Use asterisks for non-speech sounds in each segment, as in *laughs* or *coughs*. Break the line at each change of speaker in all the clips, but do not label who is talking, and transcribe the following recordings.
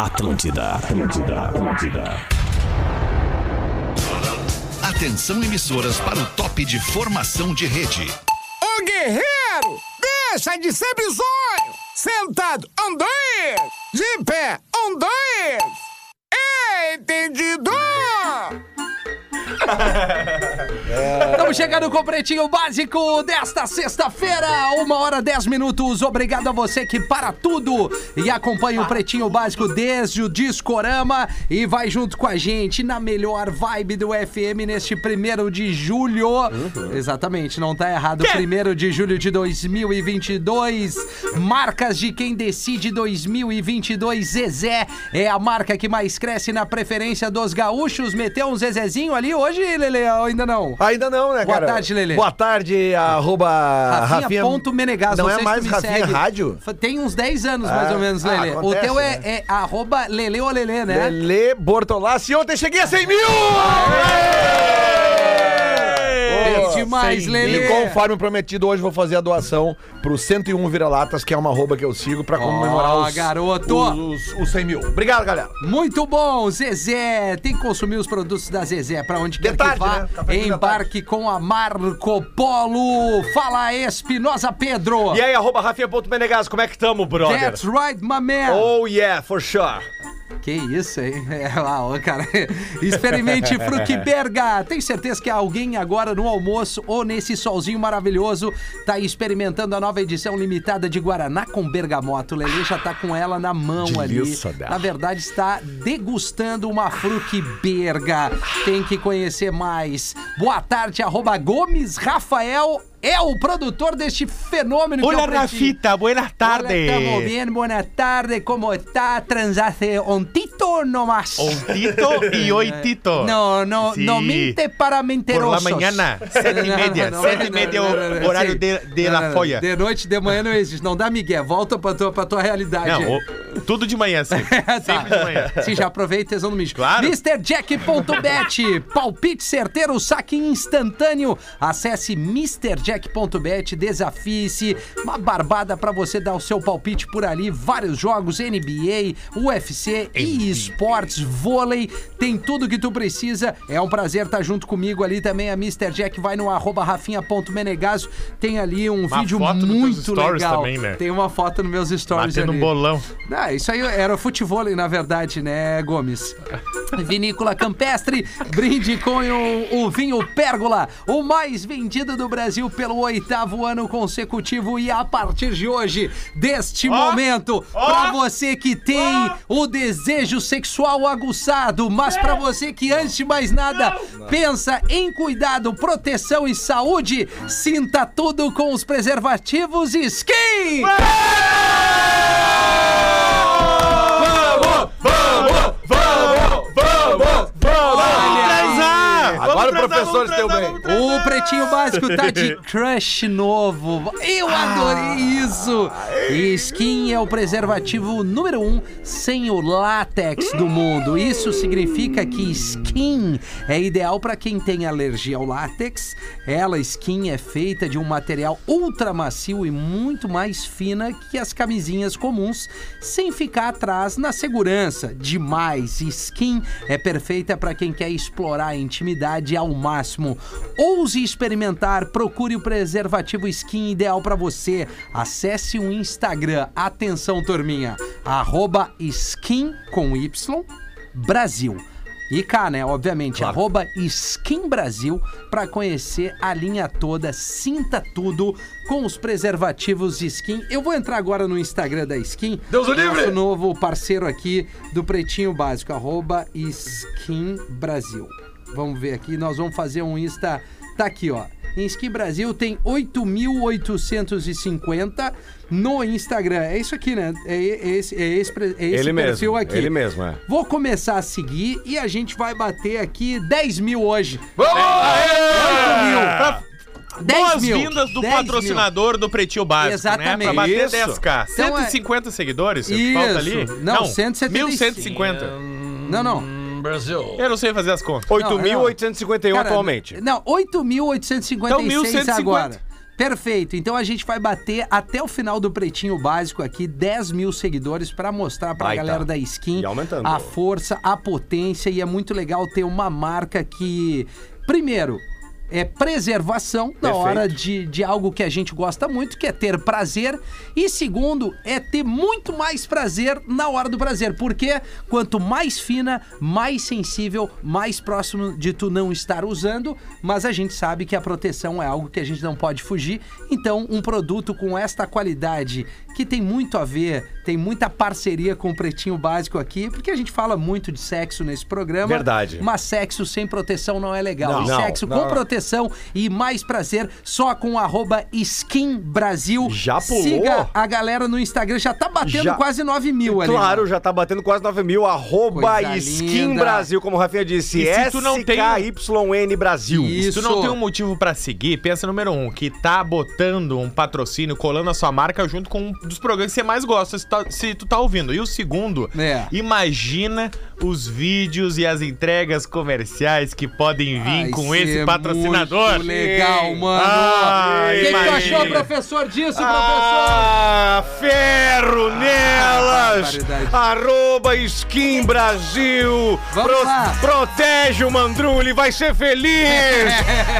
Atlântida, Atlântida, Atlântida.
Atenção emissoras para o top de formação de rede.
Ô guerreiro, deixa de ser bizonho! Sentado, um, dois! De pé, um, dois! Entendido!
Estamos chegando com o Pretinho Básico desta sexta-feira, uma hora dez minutos. Obrigado a você que para tudo e acompanha o Pretinho Básico desde o Discorama e vai junto com a gente na melhor vibe do FM neste primeiro de julho. Exatamente, não tá errado. Primeiro de julho de 2022. Marcas de quem decide 2022. Zezé é a marca que mais cresce na preferência dos gaúchos. Meteu um Zezezinho ali hoje, Lele, ou ainda não?
Ainda não, né,
Boa
cara?
tarde, Lelê.
Boa tarde, arroba Rafinha.
Rafinha.menegas.
Não é mais Rafinha Rádio?
Tem uns 10 anos, mais
Ah,
ou menos,
ah,
Lelê. o
acontece,
teu é,
né?
é arroba Lelê ou Lelê, né?
Lelê Bortolassi. Ontem cheguei a 100 mil! Aê!
Fez É demais,
100
Lelê.
E conforme prometido, hoje vou fazer a doação pro 101 Vira-Latas, que é uma arroba que eu sigo, pra comemorar
Ó,
os,
garoto.
os, os 100 mil. Obrigado, galera.
Muito bom, Zezé. Tem que consumir os produtos da Zezé pra onde quer
De tarde,
que vá.
né? Cafezinho de
Embarque com a Marco Polo. Fala Espinosa Pedro.
E aí, arroba Rafinha.menegas, como é que tamo, brother?
That's right, my man.
Oh yeah, for sure.
Que isso, hein? *laughs* É lá, ó, cara. Experimente Fruquiberga. Tem certeza que alguém agora no almoço ou nesse solzinho maravilhoso tá experimentando a nova edição limitada de Guaraná com bergamota. O Lelê já tá com ela na mão
Delícia
ali.
dela.
Na verdade, está degustando uma Fruquiberga. Tem que conhecer mais. Boa tarde, arroba Gomes Rafael. É o produtor deste fenômeno que é o Pretinho.
buenas
Hola, estamos bien, buenas tardes. ¿Cómo está? ¿Transaste un tito nomás?
Tito e oi, Tito.
Eh, No, no,
Sí.
no minte para menterosos.
Por la mañana,
*laughs*
sete y media, sete y media, horário
sim.
de- de La Folla.
De noite, de manhã não existe. Não dá migué. Volta pra tua, pra tua realidade.
Não, o- tudo de
*laughs*
manhã, sim.
Tá.
*laughs* Sempre de manhã.
Sim, já aproveita tesão no mijo.
Claro.
MrJack.bet, palpite certeiro, saque instantâneo. Acesse MrJack.bet, desafie-se. Uma barbada pra você dar o seu palpite por ali. Vários jogos, NBA, UFC e esportes, vôlei. Tem tudo que tu precisa. É um prazer estar junto comigo ali também. A Mr. Jack vai no arroba rafinha.menegaso. Tem ali um
Uma
vídeo
foto nos teus
muito
stories
legal.
também, né?
Tem uma foto nos meus stories
Batendo um
ali.
bolão.
Ah, isso aí era futebol, na verdade, né, Gomes? Vinícola Campestre, brinde com o, o vinho Pérgola, o mais vendido do Brasil pelo oitavo ano consecutivo. E a partir de hoje, deste momento, pra você que tem o desejo sexual aguçado, mas pra você que, antes de mais nada, pensa em cuidado, proteção e saúde, sinta tudo com os preservativos Skin!
Agora o professor se deu bem.
O Pretinho Básico tá de crush novo. Eu adorei isso. E skin é o preservativo número um sem o látex do mundo. Isso significa que skin é ideal para quem tem alergia ao látex. Ela, skin, é feita de um material ultra macio e muito mais fina que as camisinhas comuns, sem ficar atrás na segurança. Demais, skin é perfeita para quem quer explorar a intimidade ao máximo. Ouse experimentar, procure o preservativo skin ideal para você. Acesse o Instagram, atenção turminha, arroba skin com Y Brasil. E cá, né? Obviamente, arroba Skin Brasil para conhecer a linha toda, sinta tudo com os preservativos Skin. Eu vou entrar agora no Instagram da Skin.
Deus o livre!
Nosso novo parceiro aqui do Pretinho Básico, arroba Skin Brasil. Vamos ver aqui, nós vamos fazer um Insta. Tá aqui, ó. Em Skin Brasil tem 8.850 no Instagram. É isso aqui, né? É esse, é esse, pre- é esse
Ele
perfil
mesmo,
aqui.
ele mesmo, é.
Vou começar a seguir e a gente vai bater aqui 10 mil hoje.
Pra-
10 mil.
Boas-vindas do
10 mil.
patrocinador do Pretinho Básico,
Exatamente.
né? Pra bater
Isso.
10k.
Então é-
150 seguidores, é o que
Isso.
falta ali?
Não, 175.
1150.
Não,
Hum,
não.
Eu não sei fazer
é,
as contas.
8.851
Cara,
atualmente.
Não, 8.856
Então, 1.150.
agora. Perfeito. Então a gente vai bater até o final do Pretinho Básico aqui, 10 mil seguidores pra mostrar pra
Baita.
galera da skin
tá. E aumentando.
a força, a potência e é muito legal ter uma marca que, primeiro, é preservação na hora de, de algo que a gente gosta muito, que é ter prazer. E segundo, é ter muito mais prazer na hora do prazer. Porque quanto mais fina, mais sensível, mais próximo de tu não estar usando. Mas a gente sabe que a proteção é algo que a gente não pode fugir. Então, um produto com esta qualidade, que tem muito a ver, tem muita parceria com o Pretinho Básico aqui, porque a gente fala muito de sexo nesse programa.
Verdade.
Mas sexo sem proteção não é legal.
Não,
E
não,
sexo
não.
com proteção e mais prazer só com o arroba Skin Brasil.
Já pulou?
Siga a galera no Instagram, já tá batendo
Já.
quase 9 mil ali.
Claro, já tá batendo quase 9 mil. Arroba
Coisa
Skin
linda.
Brasil, como o Rafinha disse.
E se tu não tem-
SKYN Brasil.
Isso.
Se tu não tem um motivo pra seguir, pensa número um, que tá botando um patrocínio, colando a sua marca junto com um dos programas que você mais gosta, se, tá- se tu tá ouvindo. E o segundo,
É.
imagina os vídeos e as entregas comerciais que podem vir
Vai
com
ser
esse patrocinador.
Muito é legal, mano.
Ah,
O que, que tu
imagina.
achou, professor, disso, professor?
Ah, ferro
Ah,
nelas!
barbaridade.
Arroba Skin Brasil!
Vamos lá.
Protege o Mandrulli, vai ser
*laughs*
feliz!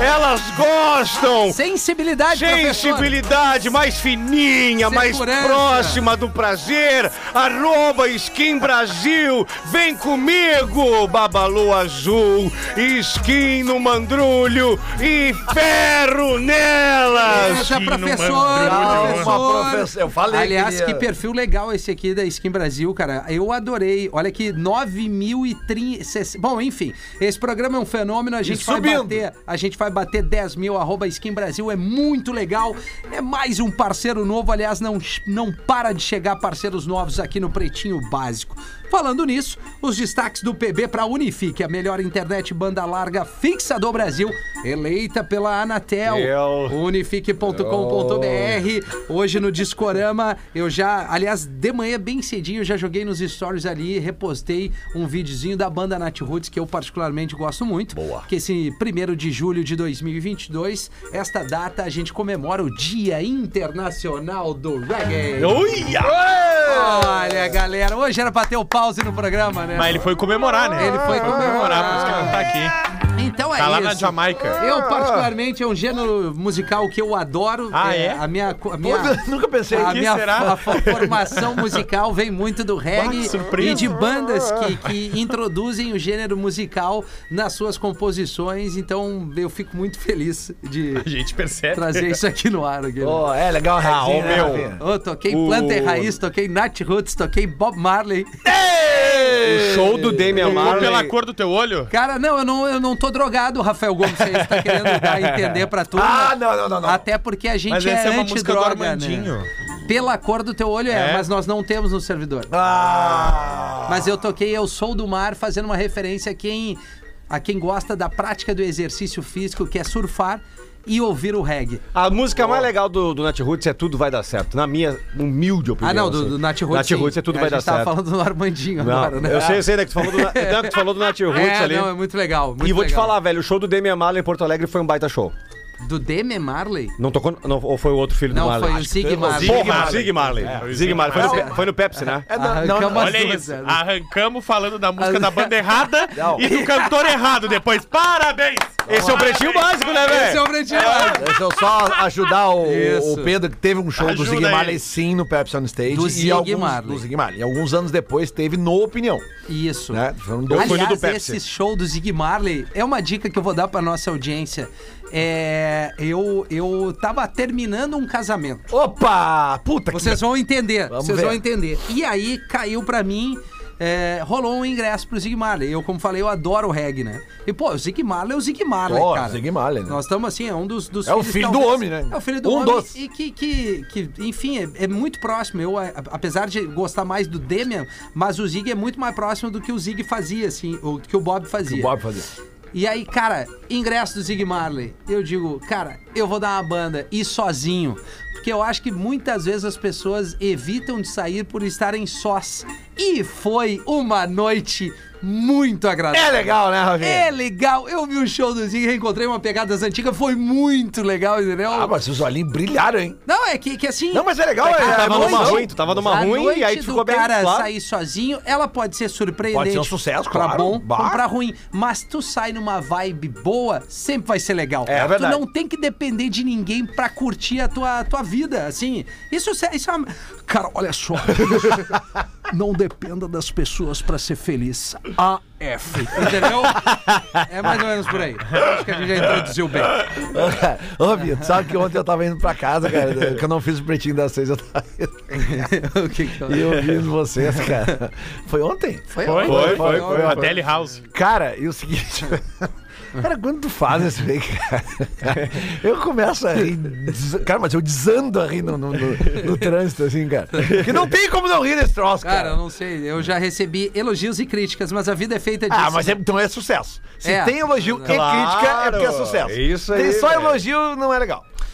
Elas gostam!
Sensibilidade, professor.
Sensibilidade mais fininha, mais
Segurança.
próxima do prazer. Arroba Skin Brasil. Vem comigo, Babalu Azul. Skin no mandrulho e ferro
é
é
nelas.
Essa,
Imagina,
professor,
mano.
Calma,
professor.
professor. Eu falei que
Aliás, que
queria-
perfil legal esse aqui da Skin Brasil, cara. Eu adorei. Olha aqui, 9.030... Bom, enfim, esse programa é um fenômeno. A gente vai
subindo.
bater... A gente vai bater 10 mil, arroba Skin Brasil. É muito legal. É mais um parceiro novo. Aliás, não, não para de chegar parceiros novos aqui no Pretinho Básico. Falando nisso, os destaques do PB para Unifique, a melhor internet banda larga fixa do Brasil, eleita pela Anatel.
Eu-
Unifique.com.br. Hoje no Discorama, eu já, aliás, de manhã bem cedinho, eu já joguei nos stories ali, repostei um videozinho da banda Nat Roots, que eu particularmente gosto muito. Boa. Que esse 1 de julho de 2022, esta data, a gente comemora o Dia Internacional do Reggae. Olha, galera, hoje era pra ter o pause no programa, né?
Mas ele foi comemorar, né?
Ele foi comemorar.
por isso que ele não tá aqui.
Então é
Tá lá
isso.
na Jamaica.
Eu, particularmente, é um gênero musical que eu adoro.
Ah, é?
A minha. co-
Pô,
A
*laughs*
minha...
Nunca pensei
A
que
minha fa-
será?
fa- formação musical vem muito do
Bah,
reggae
que surpresa. Ah.
e de bandas que, que introduzem o gênero musical nas suas composições. Então eu fico muito feliz de
A gente percebe.
trazer isso aqui no ar. Guilherme.
Pô, é legal a
Ah,
resenha,
ô,
né,
meu.
Rafinha?
Eu toquei
O-
Planta e Raiz, toquei Nat Roots, toquei Bob Marley.
O show do Damian
Ou pela
Marley.
cor do teu olho?
Cara, não, eu não, eu não tô drogado, Rafael Gomes. Você está querendo dar a entender pra tudo.
Ah, não, não, não, não.
Até porque a gente
Mas
é
essa é uma música do
antidroga,
Armandinho.
né? Pela cor do teu olho é,
É?
mas nós não temos no servidor.
Ah!
Mas eu toquei Eu Sou do Mar, fazendo uma referência a quem, a quem gosta da prática do exercício físico, que é surfar e ouvir o reggae. Ah,
A música mais legal do, do Nat Roots é Tudo Vai Dar Certo. Na minha humilde opinião.
Ah, não, do,
assim.
do Nat Roots.
Nat
sim.
Roots é Tudo
a
Vai
gente
Dar
tava
Certo.
falando do Armandinho
Não,
agora, né?
Eu sei, eu sei, né? Que tu falou
*laughs*
do, Na- não, que tu falou do Nat Roots
É,
ali.
não, é muito legal. muito
e vou te
legal.
falar, velho, o show do Damian Marley em Porto Alegre foi um baita show.
Do Deme Marley?
Não tocou. Não, ou foi o outro filho
Não,
do Marley?
foi o
Acho
Zig
que-
Marley.
Porra,
Zig
Zig Marley.
É,
Zig Marley. Foi no,
Zig
Pe- foi no Pepsi, né?
É, não, não,
Arrancamos
não.
Ah, as
Olha
duas,
isso.
né?
Ah,
Arrancamos falando da música da banda errada
Não.
e do cantor errado depois. Parabéns!
Esse é o pretinho básico, né,
Esse é
velho?
o Brandinho Marley.
Deixa eu só ajudar o,
Isso.
o Pedro, que teve um show
Ajuda
do Zig Marley
ele.
sim no Pepsi on Stage.
Do
e
Zig
alguns,
Marley.
Do Zig Marley. E alguns anos depois teve no Opinião.
Isso.
Né? Foram dois
fui no
Aliás,
do Pepsi.
esse show do Zig Marley é uma dica que eu vou dar pra nossa audiência. É, eu, eu tava terminando um casamento.
Opa! Puta
Vocês
que...
vão entender,
Vamos
vocês
ver.
vão entender. E aí caiu pra mim, é, rolou um ingresso pro Zig Marley. Eu, como falei, eu adoro o reggae, né? E pô, o Zig Marley é o Zig Marley,
Pô,
cara.
Zig Marley, né?
Nós estamos assim, é um dos, dos
É o
filhos,
filho do homem, né?
É o filho do
Um
homem
dos.
e que, que, que enfim, é, é muito próximo. Eu, a- a- apesar de gostar mais do Demian, mas o Zig é muito mais próximo do que o Zig fazia, assim, ou do que o Bob fazia.
O Bob fazia.
E aí, cara, ingresso do Zig Marley. Eu digo, cara, eu vou dar uma banda e sozinho. Porque eu acho que muitas vezes as pessoas evitam de sair por estarem sós. E foi uma noite muito agradável.
legal, né, Rafinha?
É legal, eu vi o show do Zig, reencontrei uma pegada das antigas, foi muito legal, entendeu?
Ah, mas os olhinhos brilharam, hein?
Não, é que, que assim.
Não, mas é legal,
tu
é.
tava
é
numa
bom,
ruim, tu tava numa
a
ruim
noite
e aí tu
do
ficou bem
cara
claro.
sair sozinho, ela pode ser surpreendente.
Pode ser um sucesso,
pra
claro.
bom,
Bah.
como pra ruim. Mas tu sai numa vibe boa, sempre vai ser legal.
É, é verdade.
Tu não tem que depender de ninguém pra curtir a tua, tua vida, assim. Isso, é- isso é uma... Cara, olha
*laughs*
só. não dependa das pessoas pra ser feliz. AF. Entendeu? É mais ou menos por aí. Acho que a gente já introduziu bem. *laughs* É.
Ô, Vitor, sabe que ontem eu tava indo pra casa,
*laughs*
cara, que eu não fiz o pretinho das seis, eu tava indo.
o que que eu...
E eu vi vocês, cara. Foi ontem?
Foi,
Foi,
ótimo.
foi, foi,
foi.
A Tele House.
Cara, e o seguinte. *laughs* Cara, quando tu faz isso aí, cara, eu começo a rir. des- Cara, mas eu desando a rir no, no- no- no trânsito, assim, cara. Que não tem como não rir nesse troço, cara.
Cara, eu não sei. Eu já recebi elogios e críticas, mas a vida é feita disso.
Ah, mas é- então é sucesso. Se
É.
tem elogio e
Claro,
crítica, é porque é sucesso.
isso aí,
Tem só
velho.
elogio, não é legal.
*laughs*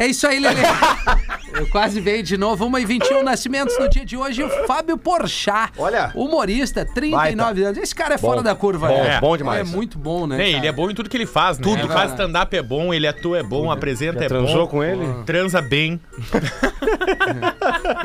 É isso aí,
*laughs*
Lelê. Eu quase veio de novo. 1h21 nascimentos no dia de hoje. O Fábio Porchat.
Olha.
Humorista, 39 anos. Esse cara é fora da curva,
bom,
né?
bom
É
demais.
muito bom, né?
Bem,
cara?
ele é bom em tudo que ele faz, né? Tudo. Ele faz stand-up é bom, ele atua é bom, apresenta é
transou
bom.
com ele?
Transa bem.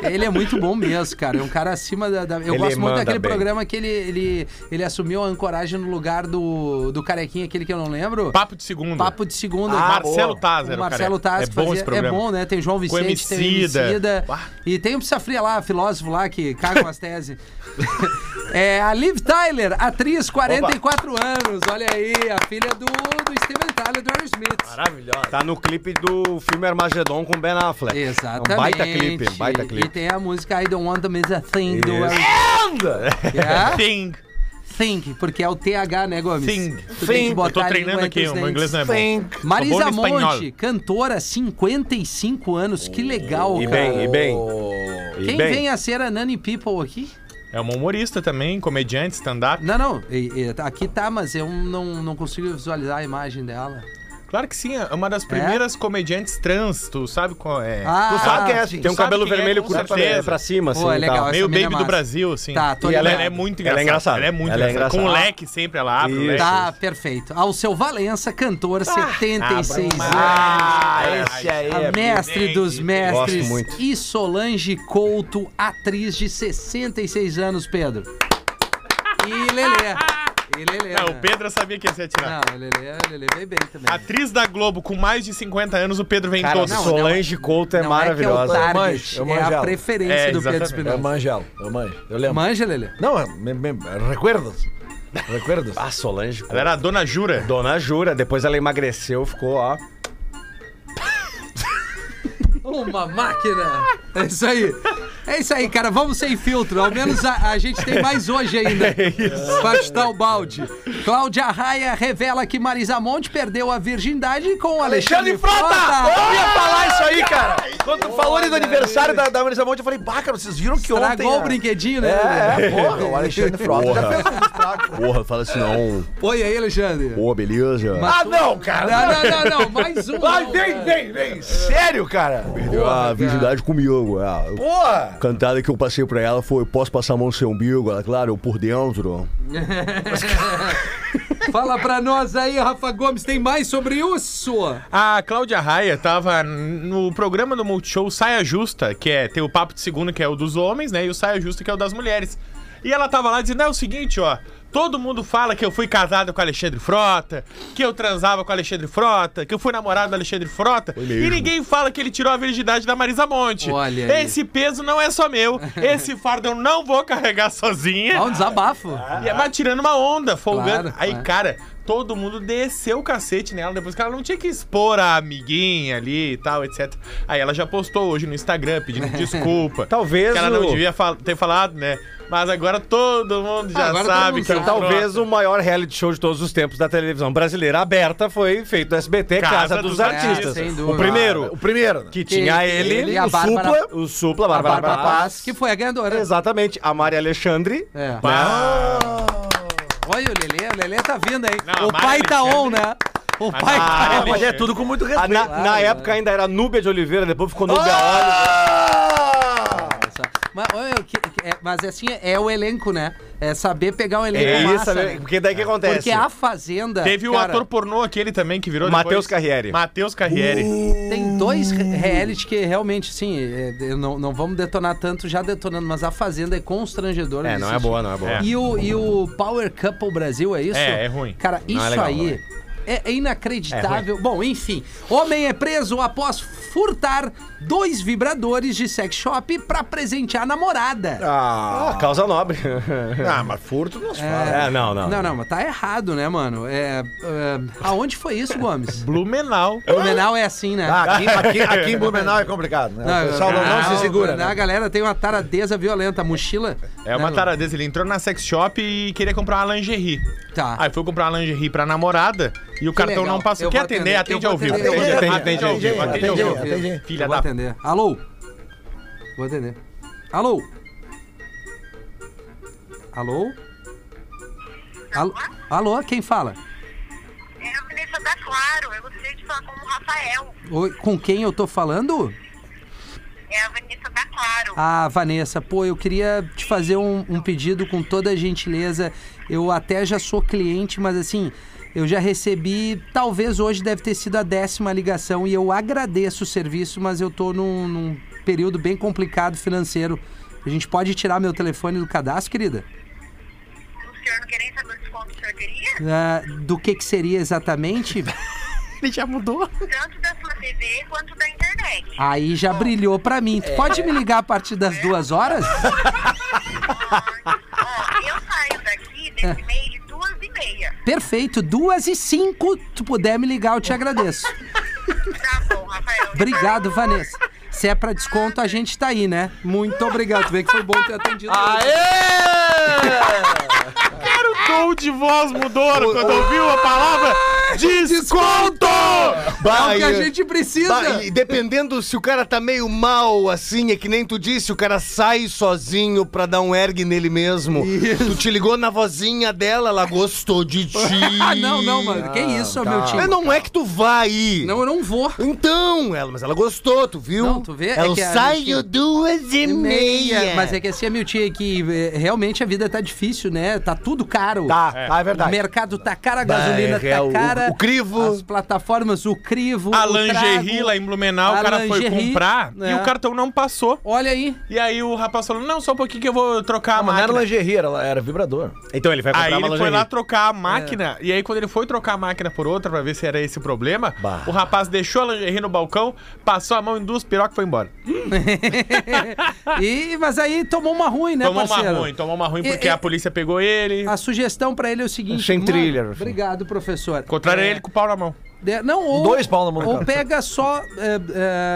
Ele é muito bom mesmo, cara. É um cara acima da. da- Eu
Ele
gosto muito
manda
daquele
bem.
programa que ele, ele, ele assumiu a ancoragem no lugar do, do carequinha, aquele que eu não lembro.
Papo de segundo.
Papo de segunda.
Ah, Marcelo Taz era
O
o
Marcelo
careca.
Taz
É
que
bom
fazia-
esse programa.
É bom, né? Tem o João Vicente, tem o
Emicida.
Emicida.
Bah.
E tem o Pisa Fria lá, filósofo lá, que caga com as teses. *laughs* é, a Liv Tyler, atriz, 44 anos. Olha aí, a filha do, do Steven Tyler, do Aerosmith.
Maravilhosa. Tá no clipe do filme Armagedon com Ben Affleck.
Exatamente.
É
Um baita clipe, um baita
E
clipe.
tem a música I Don't Want to Miss a Thing do
Isso.
Aerosmith. que é
Thing.
Think, porque é o TH, né, Gomes?
Think.
Tu tem que
Eu tô
botar a
treinando
língua entre
aqui,
os
o meu
dentes.
inglês não é bom.
Marisa
Tô bom no espanhol.
Monte, cantora, 55 anos, que legal,
E
cara.
bem, e bem. E
Ah, Quem
bem.
vem a ser a Nani People aqui?
É um humorista também, comediante, stand-up.
Não, não, e- e- aqui tá, mas eu não, não consigo visualizar a imagem dela.
Claro que sim, é uma das primeiras comediantes trans, tu sabe qual é.
Ah,
tu sabe quem é assim.
Tem um
sabe
cabelo
quem é,
vermelho
com
curto pra,
certeza.
pra cima, assim.
Pô, é
e
legal,
tal.
essa
Meio
mina é
baby
massa.
do Brasil, assim.
Tá, tô
e ela,
ligado.
é muito
Ela
engraçada.
é engraçada.
Ela é muito
Ela é
engraçada. Com o
engraçada.
leque sempre, ela abre o
Isso.
leque.
Tá, perfeito. Ao seu Valença, cantor, 76 anos.
Ah,
esse aí
A
é
mestre
bem-
dos
Gosto
mestres.
muito.
E Solange Couto, atriz de 66 anos, Pedro. E Lelê. E Lelê.
Não,
né?
o Pedro eu sabia que ia se atirar.
Não, o Lelê, o Lelê veio bem também.
Atriz da Globo com mais de 50 anos, o Pedro vem
Cara,
todo.
não,
Solange Couto é
Não
maravilhosa.
É, que é, o
Eu
target,
manjo, eu
é
manjo
a
ela.
preferência
É,
do Pedro
exatamente.
Eu
Espinosa.
manjo ela, eu manjo. Eu lembro.
Manja, Lelê.
Não, é- me, me, recuerdos. Recuerdos.
Ah, Solange Couto.
Ela era a Dona Jura.
Dona Jura, depois ela emagreceu, ficou, ó.
Uma máquina! É isso aí. É isso aí, cara. Vamos sem filtro. Ao menos a, a gente tem mais hoje
*laughs*
ainda.
É
Pra chutar o balde. Cláudia Raia revela que Marisa Monte perdeu a virgindade com Alexandre,
Alexandre Frota! Eu ia falar isso aí, cara! Quando tu falou ali do aniversário da, da Marisa Monte, eu falei, bah, cara, vocês viram que ontem...
Estragou o
a-
brinquedinho, né?
É,
Lelê?
é, *laughs* porra, o Alexandre Frota já fez um estrago.
Porra, fala assim, não.
Põe aí, Alexandre.
Pô, beleza.
Mas
Ah,
tu-
não, cara,
Não, não, não, não. Mais um.
Vai,
não,
vem,
cara.
vem, vem! Sério, cara?
Perdeu a virgindade comigo. É. A
Porra!
cantada que eu passei pra ela foi Posso passar a mão no seu umbigo? Ela, claro, eu por dentro.
Fala pra nós aí, Rafa Gomes. Tem mais sobre isso?
A Cláudia Raia tava no programa do Multishow Saia Justa, que é tem o Papo de Segunda, que é o dos homens, né? E o Saia Justa, que é o das mulheres. E ela tava lá dizendo: é o seguinte, ó. Todo mundo fala que eu fui casado com o Alexandre Frota, que eu transava com o Alexandre Frota, que eu fui namorado do Alexandre Frota. E
mesmo.
ninguém fala que ele tirou a virgindade da Marisa Monte.
Olha aí.
Esse peso não é só
*laughs*
meu. Esse fardo eu não vou carregar sozinha.
Dá um desabafo.
É.
E ela tirando uma onda, folgando.
Claro, é.
aí,
claro.
cara, todo mundo desceu o cacete nela depois que ela não tinha que expor a amiguinha ali e tal, etc. Aí ela já postou hoje no
*laughs*
Instagram pedindo desculpa.
Talvez
Que ela não
o-
devia fal- ter falado, né? Mas agora todo mundo já
Ah, agora todo
sabe
mundo
que é
sabe.
o
Talvez
Frota.
o maior reality show de todos os tempos da televisão brasileira aberta foi feito no SBT, Casa, dos, Artistas.
É, sem dúvida.
o primeiro,
O primeiro, né?
que tinha
Ele-
ele,
ele e a
o
Bárbara-
Supla, o Supla,
A
Bárbara,
Bárbara
Paz.
Paz, que foi a ganhadora.
*laughs* Exatamente, a Maria Alexandre.
É.
Ah,
Olha o Lelê, o Lelê tá vindo aí.
Não,
o
a Mari
pai tá
Alexandre-
on, né? O
A
pai
Mari
tá on.
Alexandre-
Mas é tudo com muito
Ah,
respeito.
na na época ainda era Núbia de Oliveira, depois ficou Núbia Oliveira.
Ah!
Essa- Mas, olha, que- que- é- mas assim, é o elenco, né? É saber pegar o elenco
É isso,
massa,
né?
né?
porque daí o que acontece?
Porque a Fazenda...
Teve o
cara,
ator pornô aquele também que virou
Matheus
depois-
Carriere.
Matheus Carriere.
Uh. Tem dois re- reality que realmente, sim, é, eu não, não vamos detonar tanto já detonando, mas a Fazenda é constrangedora.
É,
de
não é
assistir.
boa, não é boa.
É.
E o, e o Power Couple Brasil, é isso?
É, é ruim.
Cara, isso
é legal, não
aí é, é inacreditável. Bom, enfim. Homem é preso após furtar dois vibradores de sex shop pra presentear a namorada.
Ah,
*laughs*
causa nobre.
Ah, mas furto não
É, não, não.
Não, não, mas tá errado, né, mano? É,
*laughs*
é, aonde foi isso, Gomes?
Blumenau.
Blumenau é assim, né?
Ah,
*laughs*
aqui, aqui, aqui em Blumenau é complicado, né? o pessoal não, não se segura.
A
Né?
galera tem uma taradeza violenta. A mochila.
É uma
né,
taradeza. Ele entrou na sex shop e queria comprar uma lingerie.
Tá.
Aí foi comprar uma lingerie pra namorada e Ah, o cartão
legal.
não passa.
Eu
Quer
vou atender.
atender? Atende
Eu
ao
vou
vivo.
atender.
Atende,
Atende, atende ao vivo. Atende ao
atende,
vivo.
atende.
Filha
Eu vou
da-
atender. Alô? Vou atender. Alô? Alô? Alô? Alô, quem fala?
É, Eu queria deixar claro, eu gostaria de falar com o Rafael.
Oi, com quem eu tô falando?
É a Vanessa da Claro.
Ah, Vanessa, pô, eu queria te fazer um, um pedido com toda a gentileza. Eu até já sou cliente, mas assim, eu já recebi, talvez hoje deve ter sido a décima ligação e eu agradeço o serviço, mas eu tô num, num período bem complicado financeiro. A gente pode tirar meu telefone do cadastro, querida?
O senhor não queria saber o desconto que o senhor queria?
Ah, do que que seria exatamente?
Tanto da sua TV quanto da internet.
Aí já brilhou pra mim. Tu pode me ligar a partir das duas horas?
Ó, eu saio daqui desse meio de duas e meia.
Perfeito, duas e cinco. Tu puder me ligar, eu te agradeço.
Tá bom, Rafael. tá
Obrigado, Vanessa. Se é pra desconto, a gente tá aí, né? Muito obrigado. Tu vê que foi bom ter atendido.
Ah,
É
Cara, o tom de voz mudou quando ouviu a palavra desconto!
É o que a
e-
gente precisa.
Bah, e dependendo se o cara tá meio mal, assim, é que nem tu disse, o cara sai sozinho pra dar um erg nele mesmo. Tu te ligou na vozinha dela, ela
*laughs*
gostou de ti.
Ah, não, não, mano. Que isso, meu
Mas
time?
não é que tu vai ir.
Não, eu não vou.
Então, ela, mas ela gostou, tu viu?
Não, tu vê, é
Eu
que a
saio
gente-
duas e meia.
Mas é que assim, meu tio, é que eh, realmente a vida tá difícil, né? Tá tudo caro.
Tá, tá, é
O
verdade.
mercado tá caro, a gasolina
é real.
tá cara.
O- o crivo.
As plataformas, o crivo.
A
o
lingerie
trago.
lá em Blumenau,
A
o cara foi
lingerie,
comprar e
né?
o cartão não passou.
Olha aí.
E aí o rapaz falou, não, só um pouquinho que eu vou trocar a
Não, mas não
máquina.
era lingerie, era, era vibrador.
Então ele vai
Aí ele foi lá trocar a
É.
máquina, e aí quando ele foi trocar a máquina por outra pra ver se era esse o problema, o rapaz deixou a lingerie no balcão, passou a mão em duas pirocas e foi embora.
E, mas aí tomou uma ruim, né,
tomou
parceiro?
uma ruim, tomou uma ruim
E-
porque
e-
a polícia pegou ele,
A sugestão pra ele é o seguinte.
Sem
mano,
thriller, assim. Um,
Obrigado, professor.
encontraram
É,
ele com o pau na mão.
de- não, ou,
Dois pau na mão do
Ou
cara.
pega só é,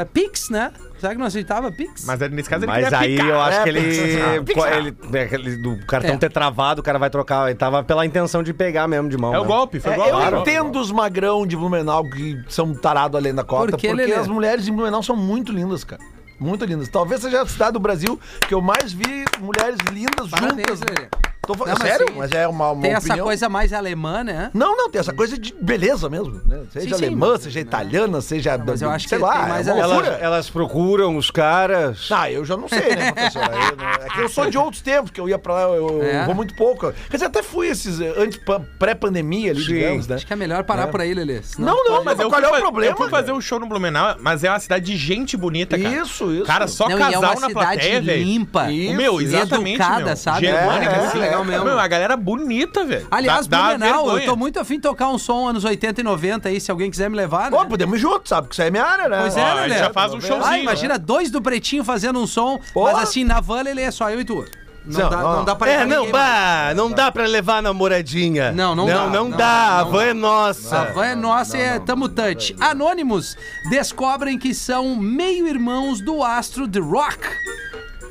é, Pix, né? Será que não aceitava Pix?
Mas aí, nesse caso ele
Mas
queria
aí
picar.
eu acho
É,
que ele,
picar.
co- ele, né, aquele do cartão
É.
ter travado, o cara vai trocar. Ele tava pela intenção de pegar mesmo de mão.
É o
né?
golpe, foi
É,
igual.
eu entendo os magrão de Blumenau que são tarado além da cota,
Por que,
porque
Lelê?
as mulheres em Blumenau são muito lindas, cara. Muito lindas. Talvez seja a cidade do Brasil que eu mais vi mulheres lindas
Parabéns,
juntas. né?
Lelê.
Tô fal-
Não, mas
sério?
sim.
mas é uma, uma
Tem
opinião.
essa coisa mais alemã, né?
Não, não, tem essa coisa de beleza mesmo, né? Seja
Sim, sim,
alemã,
mas- é, né?
seja italiana, seja.
mas eu acho que
sei lá,
tem mais
é uma
alemã.
Elas,
loucura.
elas procuram os caras.
Ah, eu já não sei, né, professor? Eu, não- é que eu sou de outros tempos, que eu ia pra lá, eu, eu
É.
vou muito pouco. Quer dizer, até fui esses eh, antes pa- pré-pandemia ali,
Sim.
digamos, né?
Acho que é melhor parar por aí, Lelê. senão-
Não, não, mas
eu
qual
fui
é
fa-
o problema?
Eu fui fazer um show no Blumenau, mas é uma cidade de gente bonita, cara.
Isso, isso.
Cara, só
Não, e
casal
é uma
na
cidade
plateia, velho.
limpa.
Isso, meu, exatamente,
Educada,
meu.
sabe?
Germânica,
É,
assim.
é, legal
mesmo.
Meu, a galera bonita, velho.
Aliás,
Dá- dá
Blumenau, eu
vergonha.
tô muito afim de tocar um som anos 80 e 90 aí, se alguém quiser me levar, né?
Bom, podemos ir juntos, sabe? Que isso aí é minha área, né?
Pois é,
Ó,
né,
a gente
Lelê?
já faz um showzinho.
Ah, imagina dois do Pretinho fazendo um som,
Porra.
mas assim, na van, Lelê, é só eu e tu. Não,
Não,
dá,
não.
não dá pra
É,
levar
não,
ninguém mais.
bah, não dá pra levar a namoradinha.
Não, não dá,
Não, não
não,
dá. A
não
van
dá.
é nossa.
A van é nossa e é tamo touch. Anônimos descobrem que são meio-irmãos do astro The Rock.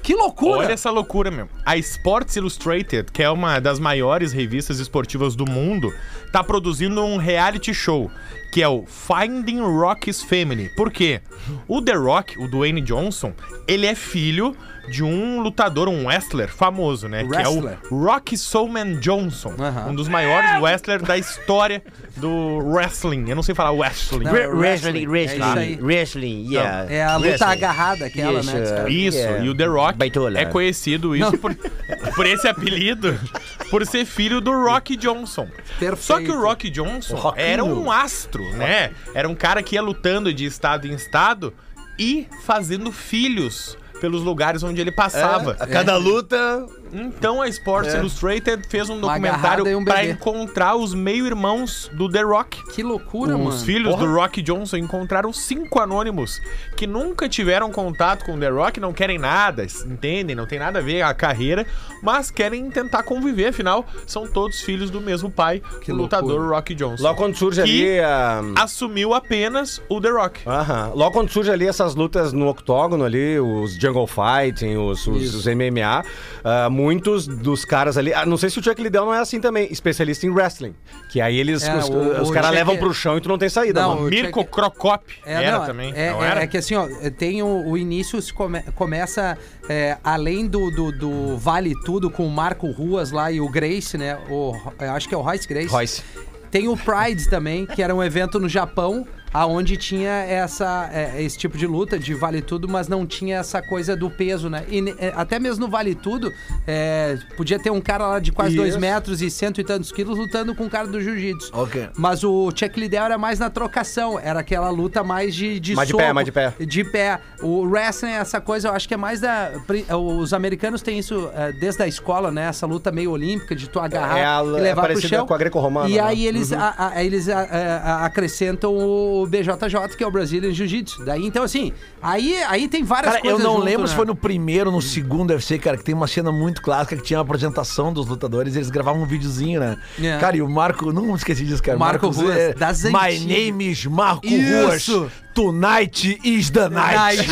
Que loucura!
Olha essa loucura, meu. A Sports Illustrated, que é uma das maiores revistas esportivas do mundo, tá produzindo um reality show. que é o Finding Rock's Family. Por quê? O The Rock, o Dwayne Johnson, ele é filho de um lutador, um wrestler famoso, né?
Wrestler.
Que é o Rock Soulman Johnson,
Aham.
um dos maiores wrestlers da história do wrestling. Eu não sei falar wrestling.
Não, é wrestling, é isso aí.
wrestling, yeah.
É a luta
Wrestling.
agarrada aquela, né?
Yes, uh,
Isso, e o The Rock
Baitola.
é conhecido isso
Não. *laughs*
por, por esse apelido, por ser filho do Rock Johnson.
Perfeito.
Só que o Rock Johnson era um astro, né? Era um cara que ia lutando de estado em estado e fazendo filhos pelos lugares onde ele passava.
É.
A cada luta.
Então a Sports Illustrated fez um
Uma
documentário
agarrada e um
pra
bebê.
encontrar os meio-irmãos do The Rock.
Que loucura,
Os
mano.
filhos do Rock Johnson encontraram cinco anônimos que nunca tiveram contato com o The Rock, não querem nada, entendem? Não tem nada a ver a carreira, mas querem tentar conviver, afinal, são todos filhos do mesmo pai,
Que
o lutador
loucura.
Rock Johnson.
Logo quando surge
Que-
ali a... Ah.
Assumiu apenas o The Rock.
Aham. Logo quando surge ali essas lutas no octógono ali, os jungle fighting, os, os, os MMA, ah, muitos dos caras ali, ah, não sei se o Chuck Liddell não é assim também, especialista em wrestling, que aí eles,
É,
os,
o- o
os caras
Chuck-
levam pro chão e tu não tem saída,
Não,
mano.
o
Mirko
Chuck-
Crocop
É,
era
não,
também,
É,
não
é-
era?
é que assim, ó, tem o, o início se come- começa é, além do, do, do Vale Tudo com o Marco Ruas lá e o Grace, né? O, eu acho que é o Royce Grace.
Royce.
Tem o Pride também, que era um evento no Japão, aonde tinha essa, é, esse tipo de luta de vale tudo, mas não tinha essa coisa do peso, né? E, ne- é, até mesmo no vale tudo, é, podia ter um cara lá de quase dois metros e cento e tantos quilos lutando com um cara do jiu-jitsu.
Ok.
Mas o Chuck Liddell era mais na trocação, era aquela luta mais de, de
Mais de
soco,
pé, mais de pé.
De pé. O wrestling, essa coisa, eu acho que é mais da... pri- Os americanos têm isso eh, desde a escola, né? Essa luta meio olímpica de tu agarrar
É a-
e levar
é parecida
pro chão.
com a greco-romana,
E
né?
aí eles, a- a- aí eles a- é, a- a- acrescentam o BJJ, que é o Brazilian Jiu-Jitsu. Daí, então, assim, aí, aí tem várias
Cara, eu
coisas
não
junto,
lembro
né?
se foi no primeiro ou no segundo UFC, cara, que tem uma cena muito clássica que tinha uma apresentação dos lutadores e eles gravavam um videozinho, né?
É.
Cara, e o Marco, não esqueci disso, cara.
Marco Ruas,
é,
das
My
antigas.
name is Marco
Isso.
Ruas. Tonight is the
Ai,
night.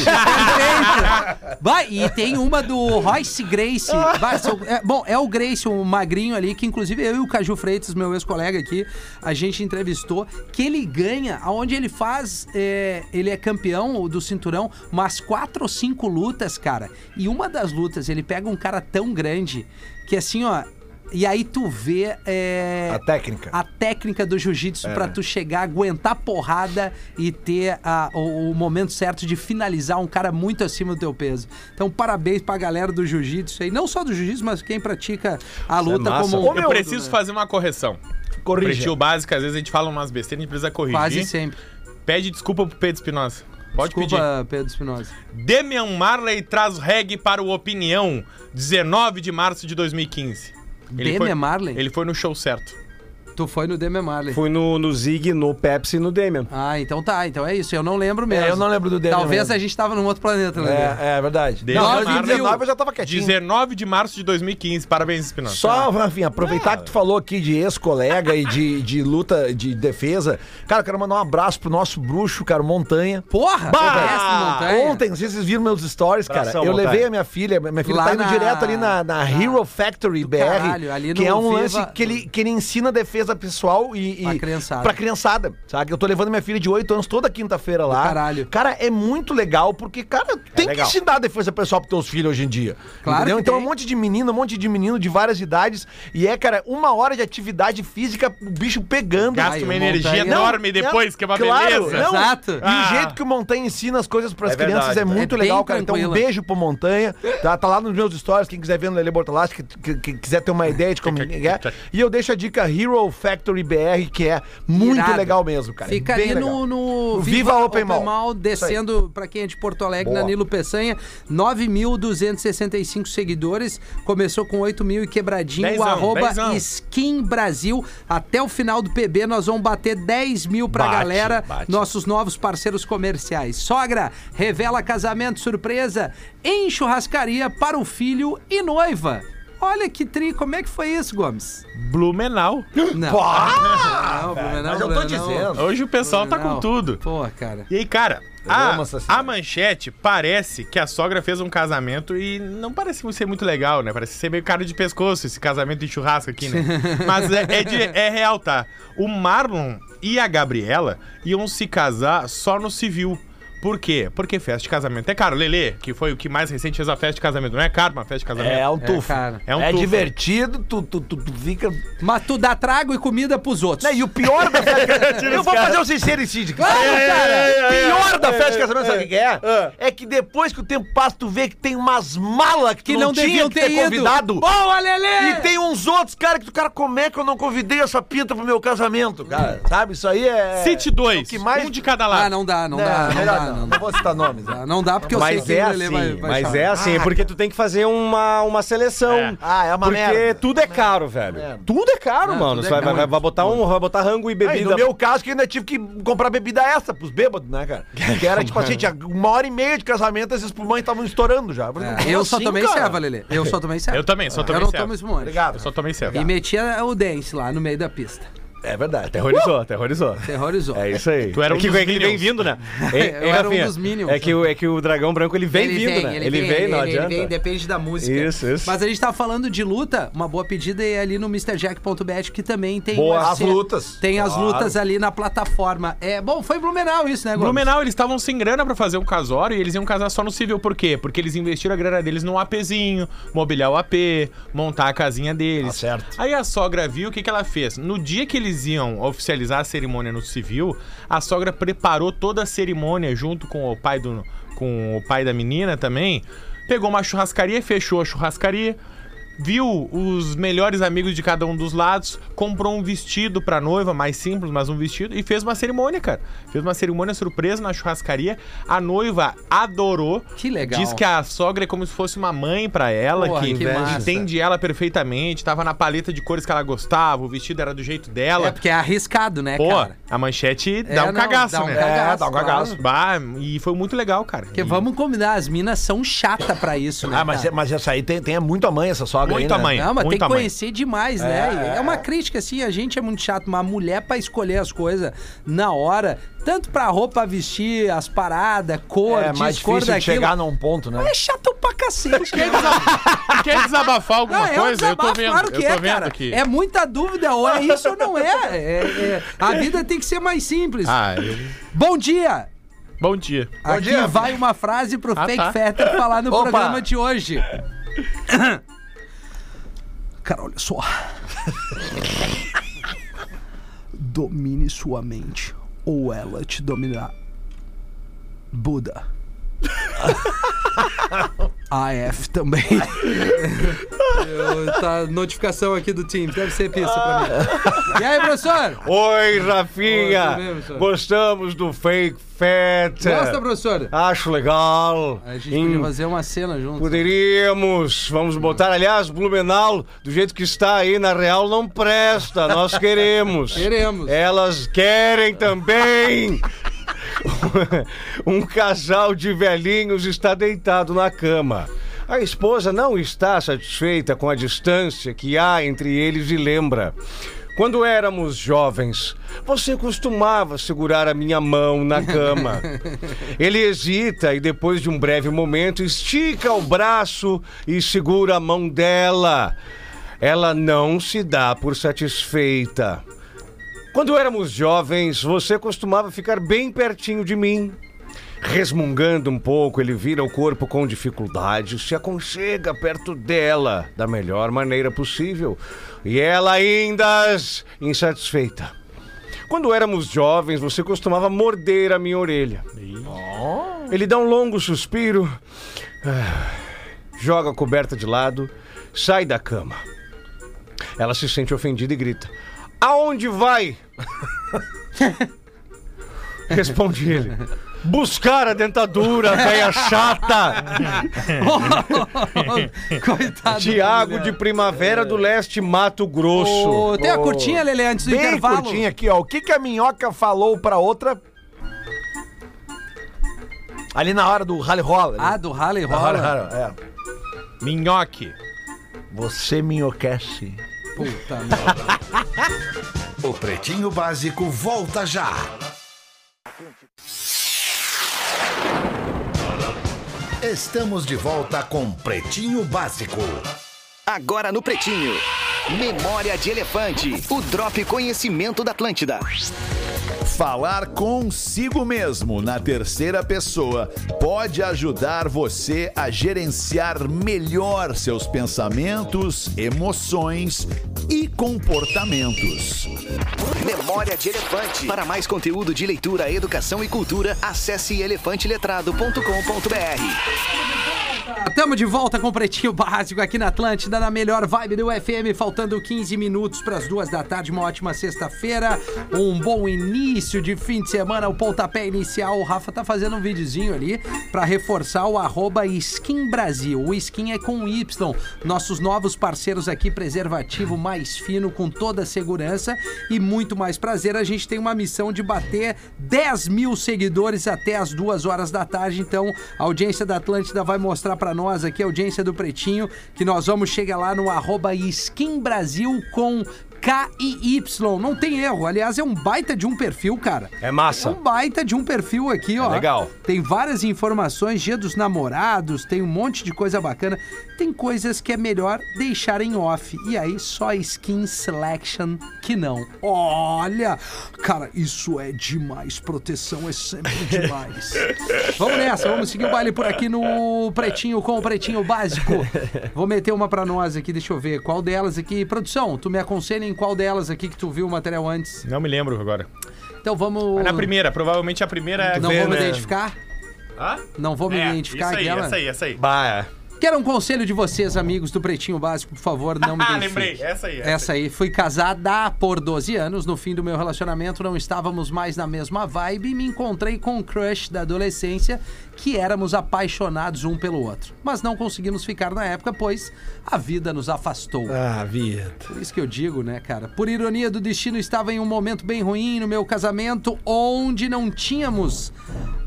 perfeito. Vai, e tem uma do Royce Grace. Vai, são- é, bom, é o Grace, um magrinho ali, que inclusive eu e o Caju Freitas, meu ex-colega aqui, a gente entrevistou, que ele ganha, aonde ele faz, é, ele é campeão do cinturão, mas quatro ou cinco lutas, cara. E uma das lutas, ele pega um cara tão grande que assim, ó. E aí tu vê. é,
*laughs* A técnica.
a técnica do jiu-jitsu
É, né?
pra tu chegar, aguentar porrada e ter ah, o, o momento certo de finalizar um cara muito acima do teu peso. Então, parabéns pra galera do jiu-jitsu aí. Não só do jiu-jitsu, mas quem pratica a luta
massa.
como um
é Ô,
todo,
meu,
Eu preciso
né?
fazer uma correção.
Corrija.
Pretinho básico, às vezes a gente fala umas besteiras, a gente precisa corrigir.
Quase sempre.
Pede desculpa pro Pedro Espinosa. Pode pedir.
Desculpa, Pedro Espinosa.
Demian Marley traz reggae para o Opinião, 19 de março de 2015.
Demian
foi,
Marley?
Ele foi no show certo.
Tu foi no Demi Marley.
Fui no, no Zig, no Pepsi e no Demian.
Ah, então tá. Então é isso. Eu não lembro mesmo.
É, eu não lembro do Demian
Talvez
mesmo.
a gente tava num outro planeta, né?
É, é verdade.
Demian
Não,
Marley.
2019 eu já tava quietinho.
19 de março de 2015. Parabéns, Espinosa.
Só, Rafinha, aproveitar que tu falou aqui de ex-colega e de, de luta de defesa. Cara, eu quero mandar um abraço pro nosso bruxo, cara, o Montanha.
Porra!
Bah!
Everest Montanha.
Ontem, não sei se vocês viram meus stories, cara.
Abração,
eu
Montanha.
levei a minha filha, minha filha
Lá
tá indo
na-
direto ali na, na Hero Factory BR,
caralho, ali
que
no
é um
Viva-
lance que ele, que ele ensina defesa pessoal e, e
Pra criançada.
pra criançada, sabe? Eu tô levando minha filha de 8 anos toda quinta-feira lá.
caralho.
Cara, é muito legal porque cara, tem
É legal.
que ensinar defesa pessoal pros teus filhos hoje em dia.
Claro
entendeu?
que
Então é um
tem.
monte de menino, um monte de menino de várias idades e é, cara, uma hora de atividade física, o bicho pegando.
Gasta
Ai,
uma
o
energia
Montanha-
enorme depois, que é uma
claro,
beleza.
Não,
Exato.
E
Ah.
o jeito que o Montanha ensina as coisas para as
É
crianças é
verdade.
muito
É bem
legal, cara. Então, um
tranquilo.
beijo pro Montanha. Tá, tá lá nos meus stories, quem quiser ver no Lele Bortolassi, que, que- que quiser ter uma ideia de
*laughs*
como é. E eu deixo a dica Hero Factory BR, que é muito
Irado.
legal mesmo, cara.
Fica
Bem
ali
legal.
no, no
O Viva Open Mall.
descendo pra quem é de Porto Alegre,
Boa.
Danilo Peçanha, 9.265 seguidores, começou com 8 mil e quebradinho,
Dezão,
o arroba
dezão.
Skin Brasil, até o final do PB nós vamos bater 10 mil pra
Bate,
galera,
bate.
nossos novos parceiros comerciais. Sogra, revela casamento surpresa em churrascaria para o filho e noiva. Olha que tri, como é que foi isso, Gomes?
Blumenau.
Não, não, Blumenau,
Ah, Mas eu tô
Blumenau.
dizendo.
Hoje o pessoal tá com
Blumenau.
tudo.
Pô, cara.
E aí, cara, A,
amo essa série.
a manchete parece que a sogra fez um casamento e não parece ser muito legal, né? Parece ser meio caro de pescoço esse casamento de churrasco
*laughs*
aqui, né? Mas é, é de- é real, tá? O Marlon e a Gabriela iam se casar só no civil. Por quê? Porque festa de casamento é caro. Lele, que foi o que mais recente fez a festa de casamento. Não é caro uma festa de casamento?
É, é um tufo.
cara.
É,
É um tufo.
divertido, tu, tu, tu, tu fica. Né,
Mas tu dá trago e comida pros outros.
e o pior da festa. Eu vou fazer um sincericídio.
Claro, cara!
O pior da festa de casamento, sabe o que que é? É que depois que o tempo passa, tu vê que tem umas malas que,
Que
tu
não,
não, tinha
deviam
que
ter
ter
ido.
convidado.
Boa, Lelê!
E tem uns outros, cara, que tu, cara, como é que eu não convidei essa pinta pro meu casamento, cara? Sabe? Isso aí é.
Cite dois.
O que mais-
Um de cada lado.
Ah, não dá, não,
Não,
dá, não
melhor
dá,
não.
não
Não
dá.
vou citar nomes. né?
Não dá porque eu
Mas
sei
é
que o
assim,
Lelê vai, vai Ah,
mas
chamar.
é assim, porque tu tem que fazer uma, uma seleção.
É.
Ah, é uma
porque
merda.
tudo é caro, velho. Tudo é caro,
Não,
mano.
tudo
Você
é
vai, vai-
caro.
vai botar um, vai botar rango
Ah,
e
e
bebida.
no meu caso, que eu ainda tive que comprar bebida extra pros bêbados, né, cara? Que era tipo assim, tinha uma hora e meia de casamento, esses pulmões estavam estourando já. falei,
É,
"Como
eu só
assim,
tomei
cara?"
serva, Lelê. Eu só tomei serva.
Eu também, só
Eu
tomei
não
serva.
tomo espumante.
Obrigado.
Eu só tomei certo.
E metia o dance lá no meio da pista.
É verdade.
Uh!
Terrorizou, terrorizou.
Terrorizou.
É isso aí.
Tu era um
é que,
dos
é que ele vem
Minions.
vindo, né?
*laughs*
Hein,
Eu
hein,
era um
Rafinha?
dos Minions.
É que, o- é que o dragão branco ele vem vindo, né? Ele, vem, não
ele
adianta.
vem, depende da música.
Isso, isso.
Mas a gente tava falando de luta, uma boa pedida é ali no MrJack.bet, que também tem...
Boa,
UFC.
as lutas.
Tem as
Claro.
lutas ali na plataforma. É, bom, foi Blumenau isso, né, Gomes?
Blumenau, eles estavam sem grana pra fazer um casório e eles iam casar só no civil. Por quê? Porque eles investiram a grana deles num APzinho, mobiliar o AP, montar a casinha deles.
Tá certo.
Aí a sogra viu o que, que ela fez. No dia que eles iam oficializar a cerimônia no civil, a sogra preparou toda a cerimônia junto com o pai do com o pai da menina também. Pegou uma churrascaria, fechou a churrascaria. Viu os melhores amigos de cada um dos lados, comprou um vestido pra noiva, mais simples, mas um vestido, e fez uma cerimônia, cara. Fez uma cerimônia surpresa na churrascaria. A noiva adorou.
Que legal.
Diz que a sogra é como se fosse uma mãe pra ela,
Porra,
que,
que massa.
entende ela perfeitamente, tava na paleta de cores que ela gostava, o vestido era do jeito dela.
É porque é arriscado, né,
Pô,
cara?
a manchete
É,
dá um
não,
cagaço,
dá um
né?
cagaço,
É, dá um
claro.
cagaço. Bah, e foi muito legal, cara.
Porque
E
vamos combinar, as minas são chata pra isso, né?
Ah, mas,
cara?
mas essa aí tem, tem muito a mãe, essa sogra aí,
Muito a
né?
mãe.
Não, mas tem
muito
que
a mãe.
conhecer demais, né? É, uma crítica, assim, a gente é muito chato, mas a mulher pra escolher as coisas na hora, tanto pra roupa vestir, as paradas, cor,
É mais difícil
descor
de
daquilo,
chegar num ponto, né?
é chato pra cacete,
Quer,
cara.
desabafar, *laughs* quer desabafar alguma
é um
coisa? eu tô
desabafo,
vendo,
claro que
eu tô
é,
vendo
cara.
aqui.
É muita dúvida, ou é isso ou não é. É, é. A vida tem que ser mais simples.
Ah, eu-
Bom dia!
bom dia.
Aqui
dia.
vai uma frase pro
Ah,
Fake
tá.
Fetter falar no
Opa.
programa de hoje. *coughs* Cara, olha só. Domine sua mente, ou ela te dominará. Buda. AF também. Eu, tá notificação aqui do Teams, deve ser pista pra mim. Ah. E aí, professor?
Oi,
Oi, tudo bem,
Rafinha!
professor?
Gostamos do fake fat.
Gosta, professor?
Acho legal.
A gente
É. Em-
podia fazer uma cena junto.
Poderíamos, vamos botar, aliás, Blumenau, do jeito que está aí, na real, não presta. Nós queremos.
Queremos.
Elas querem também. um casal de velhinhos está deitado na cama. A esposa não está satisfeita com a distância que há entre eles e lembra. Quando éramos jovens, você costumava segurar a minha mão na cama. Ele hesita e, depois de um breve momento, estica o braço e segura a mão dela. Ela não se dá por satisfeita. Quando éramos jovens, você costumava ficar bem pertinho de mim. Resmungando um pouco, ele vira o corpo com dificuldade, se aconchega perto dela da melhor maneira possível. E ela ainda insatisfeita. Quando éramos jovens, você costumava morder a minha orelha. Ele dá um longo suspiro, ah, joga a coberta de lado, sai da cama. Ela se sente ofendida e grita: Aonde vai? Responde ele. Buscar a dentadura, velha
*laughs*
chata!
*laughs* Coitado.
Tiago de Primavera do Leste, Mato Grosso.
Ô, tem a curtinha, Lele, antes do
Bem
intervalo?
curtinho aqui, ó. O que, que a minhoca falou pra outra? Ali na hora do rally rola.
Ah, do Rally
Na hora, na
Rola.
hora, é.
Minhoque.
Você minhoquece.
Puta merda.
O Pretinho Básico volta já. Estamos de volta com Pretinho Básico.
Agora no Pretinho. Memória de Elefante. O Drop Conhecimento da Atlântida.
Falar consigo mesmo na terceira pessoa pode ajudar você a gerenciar melhor seus pensamentos, emoções e comportamentos.
Memória de Elefante. Para mais conteúdo de leitura, educação e cultura, acesse elefanteletrado.com.br.
Tamo de volta com o Pretinho Básico aqui na Atlântida, na melhor vibe do FM, faltando 15 minutos para as duas da tarde. Uma ótima sexta-feira, um bom início de fim de semana, o pontapé inicial. O Rafa tá fazendo um videozinho ali para reforçar o arroba Skin Brasil. O Skin é com Y. Nossos novos parceiros aqui, preservativo mais fino, com toda a segurança e muito mais prazer. A gente tem uma missão de bater 10 mil seguidores até as duas horas da tarde. Então, a audiência da Atlântida vai mostrar para nós aqui, a audiência do Pretinho, que nós vamos chegar lá no arroba Skin Brasil com K e Y. Não tem erro. Aliás, é um baita de um perfil, cara.
É massa.
É um baita de um perfil
É
aqui, ó.
legal.
Tem várias informações, dia dos namorados, tem um monte de coisa bacana. Tem coisas que é melhor deixar em off. E aí, só skin selection que não. Olha! Cara, isso é demais. Proteção é
*laughs*
sempre demais. vamos nessa, vamos seguir o baile por aqui no Pretinho com o Pretinho Básico. Vou meter uma pra nós aqui, deixa eu ver. Qual delas aqui? Produção, tu me aconselha em qual delas aqui que tu viu o material antes?
Não me lembro agora. Tá
Então vamos.
Na primeira, provavelmente a primeira é.
Não
Vê,
vou me
né?
identificar?
Hã? É,
Não vou me identificar né?
isso aí,
aquela.
Essa aí, essa aí.
Bah,
Quero um conselho de vocês, amigos do Pretinho Básico, por favor,
*laughs*
não me
Ah,
identifiquem.
lembrei. Essa aí.
Essa aí, fui casada por 12 anos. No fim do meu relacionamento, não estávamos mais na mesma vibe e me encontrei com um crush da adolescência que éramos apaixonados um pelo outro. Mas não conseguimos ficar na época, pois a vida nos afastou.
Ah, vida.
Por isso que eu digo, né, cara? Por ironia do destino, estava em um momento bem ruim no meu casamento, onde não tínhamos,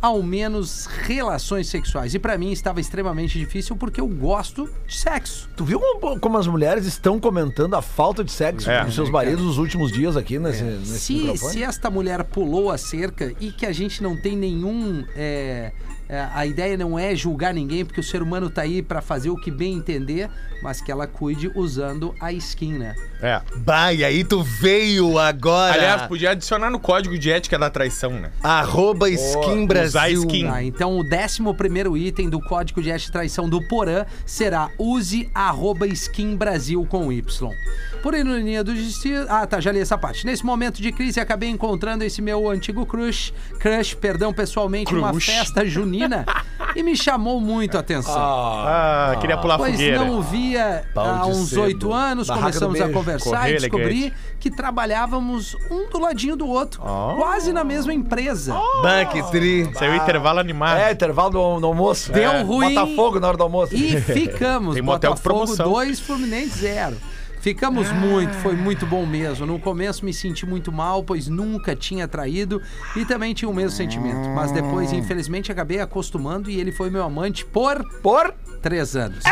ao menos, relações sexuais. E pra mim estava extremamente difícil porque eu gosto de sexo.
Tu viu como, como as mulheres estão comentando a falta de sexo
É.
dos seus maridos nos últimos dias aqui nesse,
É.
nesse
Se,
microfone?
se esta mulher pulou a cerca e que a gente não tem nenhum. é, é, a ideia não é julgar ninguém, porque o ser humano tá aí pra fazer o que bem entender, mas que ela cuide usando a skin, né?
É.
Bah, e aí tu veio agora.
Aliás, podia adicionar no código de ética da traição, né?
Arroba Skin
Usar
Brasil.
skin.
Tá, então o 11 item do código de hashtag traição do Porã será use arroba skin Brasil com Y. Por ironia do destino. Ah, tá, já li essa parte. Nesse momento de crise, acabei encontrando esse meu antigo crush, crush, perdão, pessoalmente, numa festa junina e me chamou muito a atenção.
Ah, queria pular a
Pois
fogueira.
não o via ah, há
de
uns
sebo.
oito anos,
Barraca do
começamos a
beijo.
conversar
Correr
e descobri
elegante.
que trabalhávamos um do ladinho do outro, quase na mesma empresa.
Bah, que tri.
Saiu um intervalo animado.
É, intervalo do, no almoço.
Deu
É.
ruim.
Botafogo na hora do almoço.
E ficamos.
*laughs* Tem motel com
Botafogo
promoção.
2, Fluminense 0. Ficamos muito, foi muito bom mesmo. No começo me senti muito mal, pois nunca tinha traído e também tinha o mesmo sentimento. Mas depois, infelizmente, acabei acostumando e ele foi meu amante por
Por...
três anos.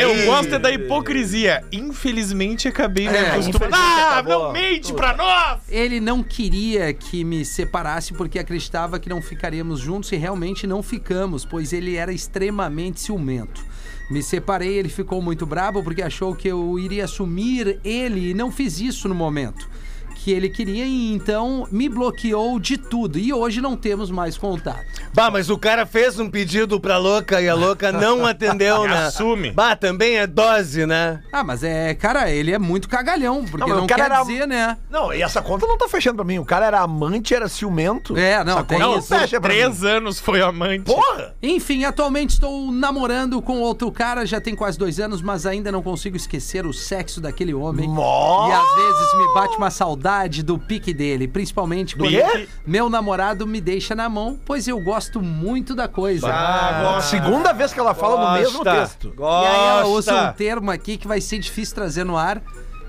Eu gosto é da hipocrisia. Infelizmente, acabei me
É,
acostumando. Ah, não mente pra nós!
Ele não queria que me separasse porque acreditava que não ficaríamos juntos e realmente não ficamos, pois ele era extremamente ciumento. Me separei, ele ficou muito bravo porque achou que eu iria assumir ele e não fiz isso no momento que ele queria e então me bloqueou de tudo e hoje não temos mais contato.
Bah, mas o cara fez um pedido pra louca e a louca
*laughs*
não atendeu, né?
Assume.
Bah, também é dose, né?
Ah, mas é, cara, ele é muito cagalhão, porque
Não, mas
não,
o cara
quer
era-
dizer, né?
Não, e essa conta não tá fechando pra mim. O cara era amante, era ciumento.
É, não,
essa
tem
conta não
isso.
fecha pra mim.
Três anos foi amante.
Porra!
Enfim, atualmente estou namorando com outro cara, já tem quase dois anos, mas ainda não consigo esquecer o sexo daquele homem.
Mó!
E
Oh!
às vezes me bate uma saudade do pique dele, principalmente quando
quê?
meu namorado me deixa na mão, pois eu gosto muito da
Ah,
coisa.
tá.
Segunda vez que ela fala no mesmo
gosta.
texto.
E aí ela
Gosta.
usa um termo aqui que vai ser difícil trazer no ar,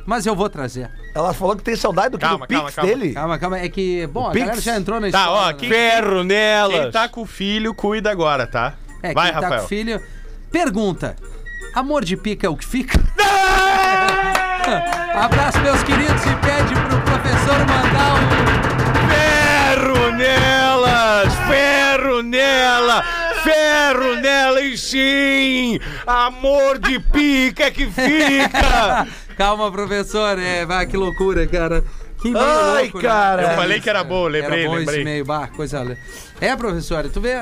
mas eu vou trazer.
Ela falou que tem saudade do, que
Calma,
do pix
calma, calma.
dele.
Calma, calma, é que, bom, a
Pix?
galera já entrou na
Tá, ó,
né?
quem,
Ferro
quem
nela.
tá com o filho, cuida agora, tá?
É,
Vai,
quem tá
Rafael.
com filho. Pergunta: amor de pica é o que fica? *laughs*
Ah!
Abraço, meus queridos, e pede pro professor mandar um.
Ferro nelas! Ferro nela! ferro nela e sim, amor de pica é que
Ah.
fica.
*laughs* Calma, professor. É, vai, que loucura, cara. Que e-mail
Ai,
louco,
cara.
Né?
Eu falei que era bom, lembrei,
era bom
lembrei.
esse e-mail. Bah, coisa... le- É, professor, tu vê?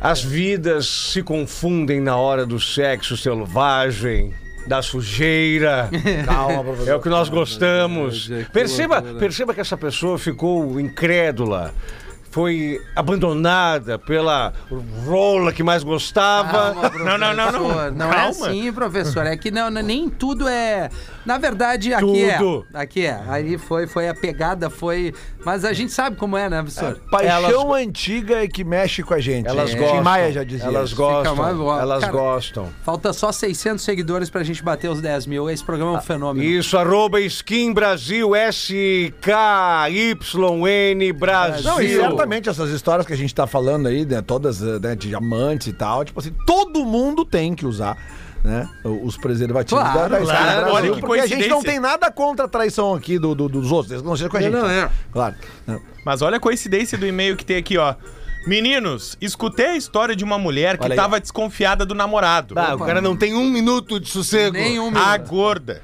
As vidas se confundem na hora do sexo selvagem. Da sujeira.
Calma, professor.
É o que nós gostamos.
Verdade, é que
Perceba,
loucura.
perceba que essa pessoa ficou incrédula. Foi abandonada pela rola que mais gostava.
Não, não, não, não.
professor. Ah, Não é
Calma.
assim, professor. É que não, não- nem tudo é. Na verdade, aqui
Tudo.
é. Aqui é. Aí foi, foi a pegada, foi. Mas a gente sabe como é, né, professor?
Paixão antiga é que mexe com a gente. É.
Elas
Tim
gostam.
Maia já dizia.
Elas
isso.
gostam.
mais louco.
Elas
Cara,
gostam.
Falta só 600 seguidores pra gente bater os 10 mil. Esse programa é um fenômeno.
Isso, arroba Skin Brasil, S-K-Y-N Brasil.
Não, e certamente essas histórias que a gente tá falando aí, né, todas eh, né, de diamantes e tal, tipo assim, todo mundo tem que usar. Né? o- Os preservativos
Claro,
da, da história
claro.
do Brasil,
Olha que
porque a gente não
coincidência.
tem nada contra a traição aqui do, do- dos outros, eles não sejam com a gente.
não,
né?
é.
Claro. né.
Mas olha a coincidência do e-mail que tem aqui, ó. Meninos, escutei a história de uma mulher que
Olha aí,
tava desconfiada do namorado.
Ah, o cara não tem um minuto de sossego.
Nenhum
a
um minuto.
gorda.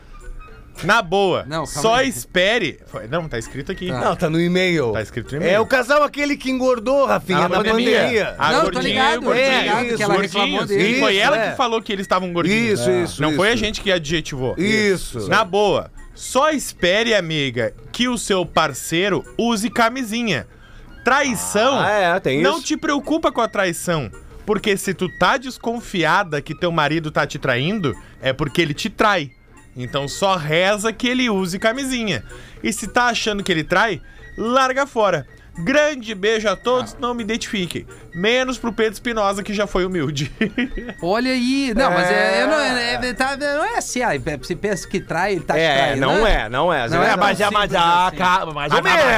Na boa.
Não, calma
só
aí.
espere. Foi- Não, tá escrito aqui.
Não, tá no e-mail.
Tá escrito no e-mail.
É o casal aquele que engordou, Rafinha,
A
na
pandemia.
pandemia.
A
é Não, eu tô
Ah, gordinha
ligado,
e
eu
o
tô
gordinho.
ligado que ela
Gordinhos.
reclamou deles. né?
E foi
Isso,
ela
é.
que falou que eles estavam gordinhos. É.
Isso, isso,
Não foi a
isso.
gente que adjetivou.
Isso.
Na boa, só espere, amiga, que o seu parceiro use camisinha. Traição.
Ah, é, tem
Não
isso.
te preocupa com a traição. Porque se tu tá desconfiada que teu marido tá te traindo, é porque ele te trai. Então só reza que ele use camisinha. E se tá achando que ele trai, larga fora. Grande beijo a todos, não me identifiquem. Menos pro Pedro Espinosa, que já foi humilde.
Olha aí. Não, mas é, eu não, é, é- tá- não é assim. Ah, se pensa que trai, ele tá te
É,
traindo,
não
né?
é, não é.
Não é, mas é, mas é,
calma, mais ou
Mais ou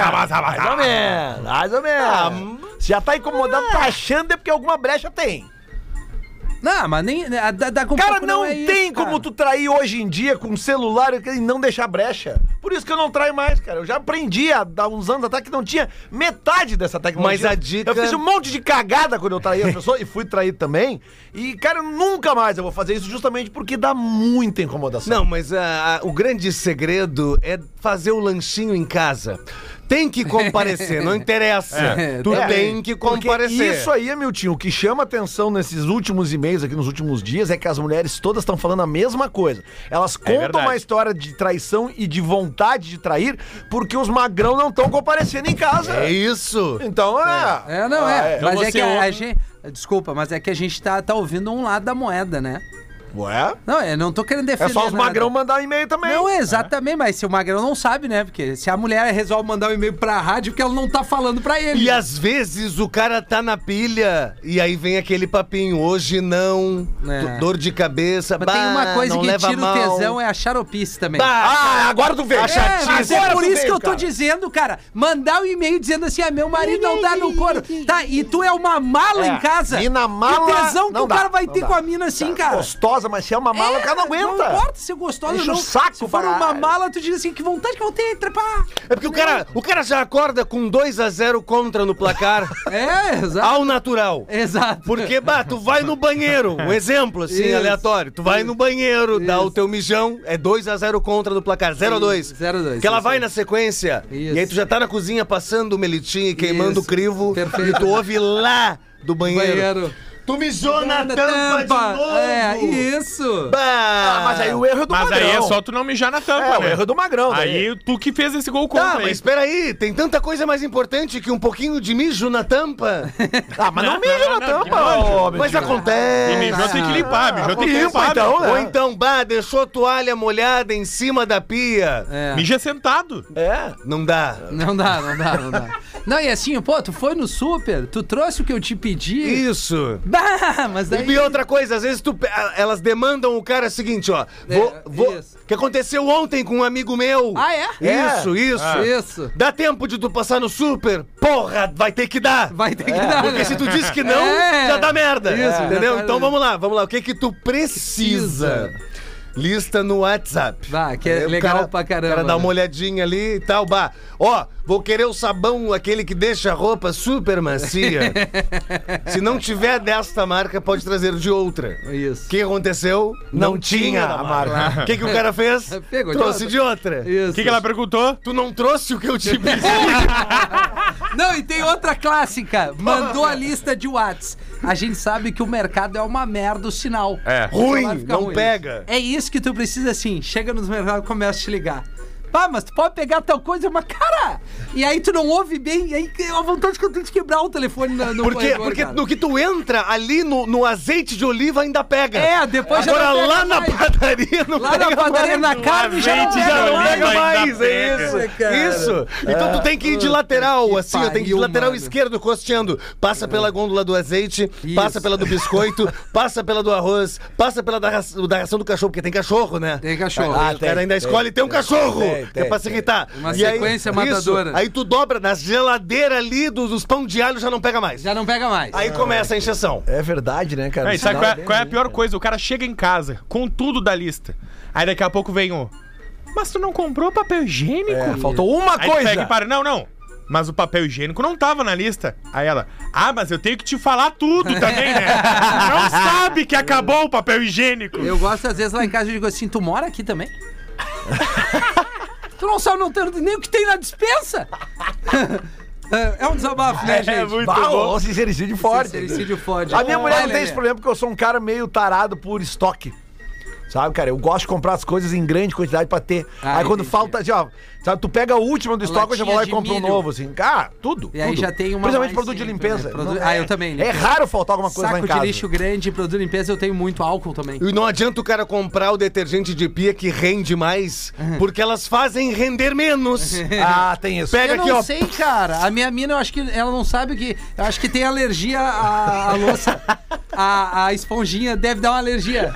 menos, mais ou menos. Se já tá incomodando, tá achando é porque alguma brecha tem.
Não, mas nem. a da- da Compoco
Cara, não,
é isso,
tem
cara.
como tu trair hoje em dia com um celular e não deixar brecha. Por isso que eu não traio mais, cara. Eu já aprendi há, há uns anos atrás que não tinha metade dessa tecnologia.
Mas a dica-
Eu fiz um monte de cagada quando eu traí a pessoa e fui trair também. E, cara, nunca mais eu vou fazer isso justamente porque dá muita incomodação.
Não, mas ah, ah, o grande segredo é fazer o lanchinho em casa. Tem que
*laughs*
comparecer, não interessa.
É,
tu
é.
tem que
Porque
comparecer.
Isso aí, Miltinho, o que chama atenção nesses últimos e-mails aqui, nos últimos dias, é que as mulheres todas estão falando a mesma coisa. Elas contam
É verdade.
uma história de traição e de vontade de trair porque os magrão não estão comparecendo em casa.
É isso.
Então é.
É, não é.
Então
Mas é
você
que a, a
ouve-
gente. Desculpa, mas é que a gente tá, tá ouvindo um lado da moeda, né?
Ué?
Não, eu não tô querendo
É
defender.
só os
nada.
magrão mandar e-mail também.
Não, é. exatamente, mas se o Magrão não sabe, né? Porque se a mulher resolve mandar um e-mail pra rádio, porque ela não tá falando pra ele.
E às vezes o cara tá na pilha e aí vem aquele papinho, hoje não,
É.
do- dor de cabeça,
Mas tem uma coisa que tira o tesão,
é...
é Ah! a xaropice também.
Bah,
Ah, agora tu vê.
A
É, mas é por
tu
isso
veio,
que eu tô
cara.
dizendo, cara. Mandar um e-mail dizendo assim: ah, meu marido não dá no couro. Tá, e tu é uma mala em casa.
Mina mala.
Que tesão que
não
o cara
dá,
vai
não
ter
dá.
com a mina assim, cara.
Gostosa, mas se é uma mala, o cara não aguenta.
Não importa se é gostosa ou
Enche o
não.
saco
se for
pra-
uma mala, tu diz assim: que vontade que eu vou ter de trepar.
é porque o cara, o cara já acorda com 2 a 0 contra no placar,
É, *laughs* exato. É
ao natural.
Exato.
Porque, bah, tu vai no banheiro, um exemplo assim,
Isso.
aleatório. Tu vai no banheiro, dá
Isso.
o teu mijão, é 2x0 contra no placar, 0x2.
Isso, 0x2,
Que ela
isso
vai
aí.
na sequência,
Isso.
e aí tu já tá na cozinha passando o melitinho e queimando
Isso.
o crivo,
Perfeito.
e tu ouve lá do banheiro.
Banheiro.
Tu mijou na,
Na
tampa, de novo.
É, isso.
Bah.
Ah, mas aí o erro é do
Mas
magrão.
aí é só tu não mijar na tampa,
É, o
né?
erro é do magrão. daí.
Aí tu que fez esse gol contra.
Tá,
hein?
mas espera aí, tem tanta coisa mais importante que um pouquinho de mijo na tampa.
Ah, mas não, mija na tampa, homem.
mas
E
acontece.
mijou tem que limpar, mijou tem que
Limpa,
limpar.
então,
meu.
né?
Ou então, bah, deixou a toalha molhada em cima da pia.
É.
Mija sentado.
É.
Não dá.
Não dá, não dá, não dá. Não, e assim, pô, tu foi no super, tu trouxe o que eu te pedi.
Isso.
Bah, mas daí.
E outra coisa, às vezes tu, pe- a- elas demandam o cara seguinte, ó. Vou,
É,
vou-
isso.
que aconteceu ontem com um amigo meu.
Ah, é? Ah.
Isso, isso.
Isso.
Dá tempo de tu passar no super? Porra, vai ter que dar.
Vai ter que dar.
Porque
né?
se tu diz que não,
É.
já dá merda.
Isso, já
entendeu?
tá-
Então vamos lá, vamos lá. O que que tu precisa? Lista no WhatsApp.
Bah, que é
Aí o
legal
cara-
pra caramba,
O cara dá
né?
uma olhadinha ali e tal, bah. Ó, Vou querer o sabão, aquele que deixa a roupa
*laughs*
super macia. Se não tiver desta marca, pode trazer de outra.
Isso.
O que aconteceu? Não, tinha a marca. O que, que o cara fez?
*laughs* Pegou de
trouxe
outra.
de outra.
Isso.
O que, que ela perguntou?
Tu não trouxe o que eu
*laughs*
te pedi.
Não, e tem outra clássica. Mandou a lista de Whats. A gente sabe que o mercado é uma merda o sinal.
É.
O celular
Ruim,
fica
não pega.
É isso que tu precisa assim. Chega nos mercados e começa a te ligar. Pá, mas tu pode pegar tal coisa, mas cara! E aí tu não ouve bem, e aí a vontade que eu tenho de quebrar o telefone no, no
Porque,
corredor,
porque
cara.
no que tu entra ali no, no azeite de oliva ainda pega.
É, depois já
Agora
não pega
lá na
mais.
padaria não
Lá
pega
na padaria,
mais.
na carne, já não
azeite
pega
já não
mais.
pega
Pega mais, é
pega.
isso.
Cara.
Isso. Então tu tem que ir de
Puta
lateral,
que
assim, ó, tem que ir
pariu,
de lateral
mano.
esquerdo, costeando. Passa pela gôndola do azeite,
Isso.
passa pela do biscoito,
*laughs*
passa pela do arroz, passa pela da, ração- da ração do cachorro, porque tem cachorro, né?
Tem cachorro.
Ah, o cara ainda escolhe tem um cachorro!
Tem,
que é
tem,
pra se
tem.
irritar.
Uma
E aí-
sequência
isso,
matadora.
Aí tu dobra na geladeira ali dos, dos pão de alho, já não pega mais.
Já não pega mais.
Aí começa a injeção.
É verdade, né, cara?
Não, e sabe
Sinal
qual é,
bem né?
qual é a
ruim,
pior
cara.
coisa? O cara chega em casa com tudo da lista. Aí daqui a pouco vem um. Mas tu não comprou papel higiênico?
É, faltou uma
Aí tu
coisa.
pega e para. Não, não. Mas o papel higiênico não tava na lista. Aí ela, ah, mas eu tenho que te falar tudo
*laughs*
também, né? não sabe que acabou o papel higiênico.
Eu gosto, às vezes, lá em casa, eu digo assim, tu mora aqui também? tu não sabe não ter nem o que tem na dispensa? *laughs* é um desabafo, né, gente?
É muito
Bah,
bom.
ô, sincericídio forte.
Sincericídio forte.
A minha
Ô,
mulher
vai,
não tem
Lelê.
esse problema porque eu sou um cara meio tarado por estoque. Sabe, cara, eu gosto de comprar as coisas em grande quantidade pra ter.
Ah,
aí quando
entendi.
falta, assim, ó, sabe, tu pega a última do estoque, eu já vou lá e
latinha de
compro um
milho.
novo, assim. Cara, tudo.
E aí
tudo.
já tem uma
Principalmente
mais
produto de
sempre,
limpeza.
né? Produ-
Não-
Ah, eu também,
É
limpeza.
raro faltar alguma coisa lá em
Saco de
casa.
lixo grande, produto de limpeza, eu tenho muito álcool também.
E não adianta o cara comprar o detergente de pia que rende mais, porque elas fazem
*laughs*
render menos.
né?
Ah, tem isso.
Pega
eu
aqui,
não
ó.
sei, cara. A minha mina, eu acho que ela não sabe que. Eu acho que tem alergia à, à louça. A, a esponjinha deve dar uma alergia.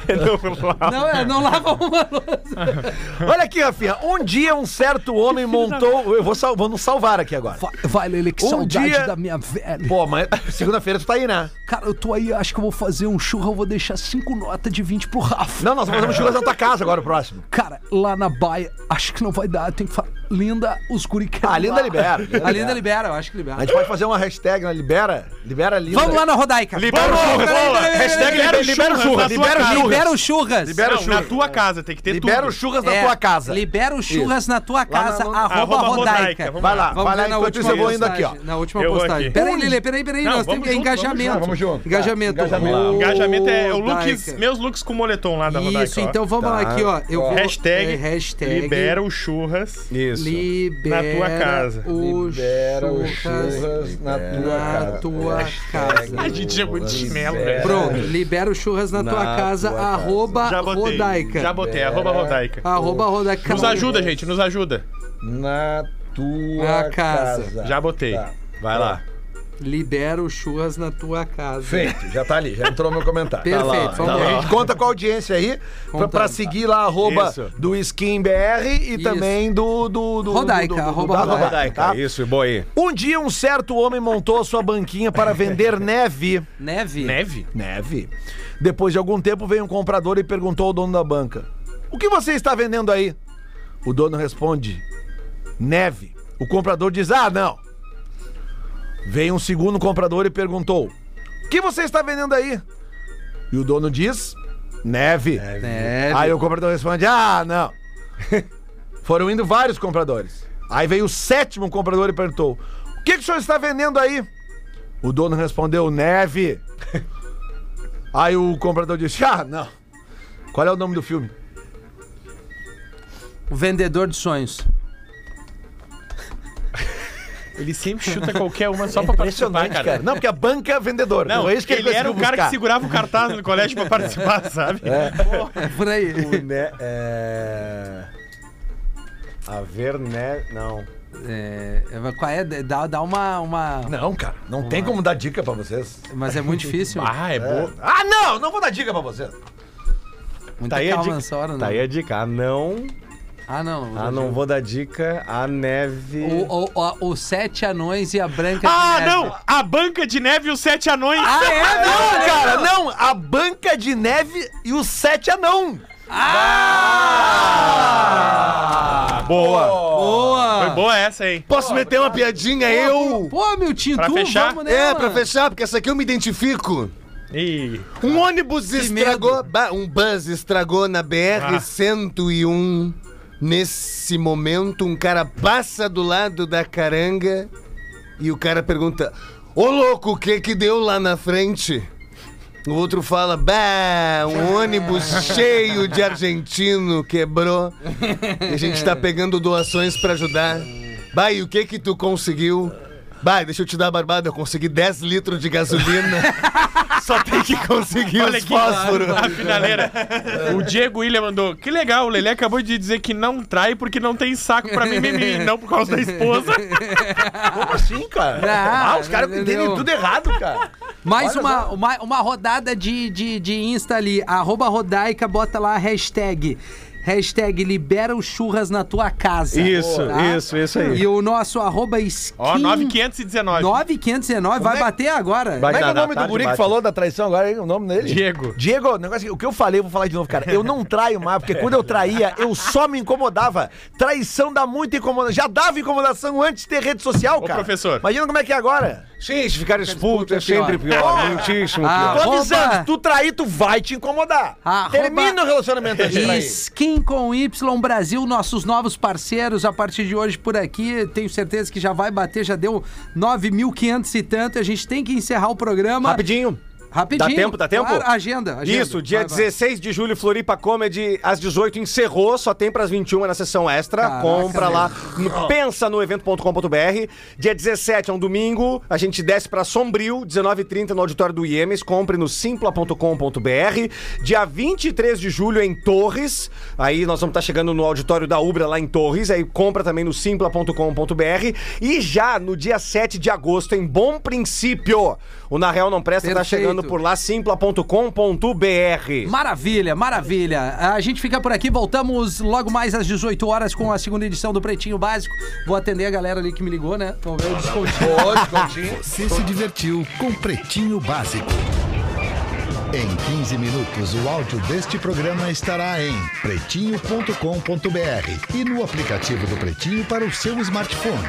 Não, ela não lava uma louça.
Olha aqui, Rafinha. Um dia um certo homem montou. Eu vou, sal... vou nos salvar aqui agora.
Vai, Lele, que
Um saudade dia- da
minha velha.
Pô, mas *laughs* segunda-feira tu tá aí, né?
Cara, eu tô aí, acho que eu vou fazer um churro, eu vou deixar cinco notas de 20 pro Rafa.
Não, nós vamos fazer um churras na tua casa agora, o próximo.
Cara, lá na baia, acho que não vai dar, tem que falar. Linda, os guri querem
Ah, Linda
lá.
libera, Linda
A Linda
libera.
libera, eu acho que
A
libera.
gente pode fazer uma hashtag, né? Libera, libera linda.
Vamos lá na Rodaica.
Libera o
Vamos,
churras,
peraí,
boa.
peraí, peraí,
Hashtag
peraí.
libera o churras, libera o churras.
Libera o churras.
Libera o
Não, na
churras.
tua casa, tem que ter
Libera
tudo.
o churras
É,
na tua casa.
Libera o churras na tua casa,
no-
arroba,
arroba
Rodaica.
Rodaica. Vamos
Vai lá, vai lá enquanto
na
isso
última
eu vou indo aqui,
postagem,
ó.
Na última
Eu vou
postagem.
aqui.
Peraí, Lele, peraí, peraí.
Não,
Nós temos
vamos
que é
junto, vamos
engajamento.
junto, vamos junto.
Engajamento.
Tá, engajamento.
Rodaica.
Engajamento é o looks, meus looks com moletom lá da Rodaica.
Isso,
ó.
então vamos
Tá.
lá aqui, ó. Eu vou,
Hashtag,
é, hashtag
libera o churras.
Isso.
libera
Na tua casa.
O libera
o churras na tua
na
casa. *laughs*
tua
A
casa.
gente é muito chinelo, velho.
Pronto, libera o churras na, tua casa, arroba
Já botei.
Rodaica.
Já botei, arroba
É.
Rodaica.
Ah,
Arroba Rodaica.
tá
Nos ajuda, gente, nos ajuda.
Na
Na
tua
casa.
Já botei.
Tá.
Vai lá.
Libera o churras na tua casa.
Feito, já tá ali, já entrou no meu comentário.
Perfeito, vamos
Tá
Então,
lá.
a gente conta com a audiência aí pra,
Contamos,
pra seguir lá arroba
Isso.
do SkinBR e
Isso.
também do. do, do
Rodaica,
do- do- do-
arroba
da
Rodaica.
tá?
Isso, boa aí.
Um dia um certo homem montou a sua banquinha para vender neve.
Neve?
Neve?
Neve. Depois de algum tempo veio um comprador e perguntou ao dono da banca: O que você está vendendo aí? O dono responde: Neve. O comprador diz: Ah, não. Veio um segundo comprador e perguntou: O que você está vendendo aí? E o dono diz: Neve.
Neve.
Aí o comprador responde: Ah, não. Foram indo vários compradores. Aí veio o sétimo um comprador e perguntou: O que, que o senhor está vendendo aí? O dono respondeu:
*laughs*
Neve. Aí o comprador disse: Ah, não. Qual é o nome do filme?
O vendedor de sonhos.
Ele sempre chuta qualquer uma só pra participar, cara.
Não, porque a banca é vendedora.
Não,
Então é isso que
ele era o
conseguiu
cara
buscar.
que segurava o cartaz no colégio pra participar, *laughs* sabe?
É por aí.
né, é... A ver, né? Não.
É, é, mas qual é? Dá, dá uma, uma.
Não, cara, não tem como dar dica pra vocês.
Mas é muito difícil.
Ah, é, boa.
Ah, não, não vou dar dica pra vocês.
Muita
Tá aí, a
calma
dica.
nessa hora,
tá
né?
aí a dica. Ah, não.
Ah, não.
Ah, não vou dar dica. A neve.
O, o, o- os sete anões e a branca.
Ah,
de Neve.
não! A banca de neve e os sete anões.
Ah, é? Não,
Não, cara, não. A banca de neve e os sete anão.
Boa!
Boa!
Foi boa essa, hein?
Posso meter uma piadinha, eu?
Pô, meu tio,
Pra
tu,
fechar?
vamos nela.
É, pra fechar, porque essa aqui eu me identifico.
Ih,
Um ônibus estragou.
medo.
Ba- Um bus estragou na BR-101. Nesse momento, um cara passa do lado da caranga e o cara pergunta: Ô louco, o que que deu lá na frente? O outro fala: Bah, um ônibus cheio de argentino quebrou. E a gente tá pegando doações pra ajudar. Bah, e o que que tu conseguiu? Bah, deixa eu te dar a barbada, eu consegui 10 litros de gasolina. Só tem que conseguir
Olha
os
que
fósforos.
a finaleira. O Diego William mandou. Que legal, o Lelê acabou de dizer que não trai porque não tem saco pra mimimi, não por causa
*laughs*
da esposa.
Como assim, cara?
Ah,
Ah, os caras entendem
entendeu?
tudo errado, cara.
Mais
Olha
uma,
só.
uma, uma rodada de, de, de Insta ali. Arroba Rodaica, bota lá a hashtag. Hashtag libera os churras na tua casa. tá?
Isso, isso, isso aí.
E o nosso arroba skin...
Ó, 9519.
9519, vai
é-
bater agora.
Vai
Como é que é o
dar
nome do
tarde,
guri que
bate.
falou da traição agora? hein? O nome dele?
tá Diego.
Diego, o negócio, é que o que eu falei, eu vou falar de novo, cara. Eu não traio mais, porque quando eu traía, eu só me incomodava. Traição dá muita incomodação. Já dava incomodação antes de ter rede social, cara.
professor.
Imagina como é que é agora.
Gente, ficar expulso é
pior.
sempre pior. Muitíssimo
Ah,
pior.
Tô
Arroba-
avisando, tu trair, tu vai te incomodar.
Arroba-
Termina o relacionamento antes de trair.
Skin com Y Brasil, nossos novos parceiros a partir de hoje por aqui. Tenho certeza que já vai bater, já deu 9.500 e tanto. A gente tem que encerrar o programa.
Rapidinho.
Rapidinho.
Dá tempo, dá tempo?
Claro, agenda, agenda.
Isso, dia
Vai, vai.
16 de julho, Floripa Comedy, às 18 encerrou, só tem pras 21 é na sessão extra.
Caraca,
Compra
meu.
lá, no- pensa no evento.com.br. Dia 17 é um domingo, a gente desce pra Sombrio, 19h30 no auditório do IEMES, compre no simpla.com.br. Dia 23 de julho em Torres, aí nós vamos estar chegando no auditório da Ubra lá em Torres, aí compra também no simpla.com.br. E já no dia 7 de agosto, em Bom Princípio, o Na Real Não Presta tá
Perfeito.
chegando por lá simpla.com.br.
Maravilha, maravilha. A gente fica por aqui, voltamos logo mais às 18 horas com a segunda edição do Pretinho Básico. Vou atender a galera ali que me ligou, né? Vamos ver o descontinho.
Você se divertiu com Pretinho Básico. Em 15 minutos, o áudio deste programa estará em pretinho.com.br e no aplicativo do Pretinho para o seu smartphone.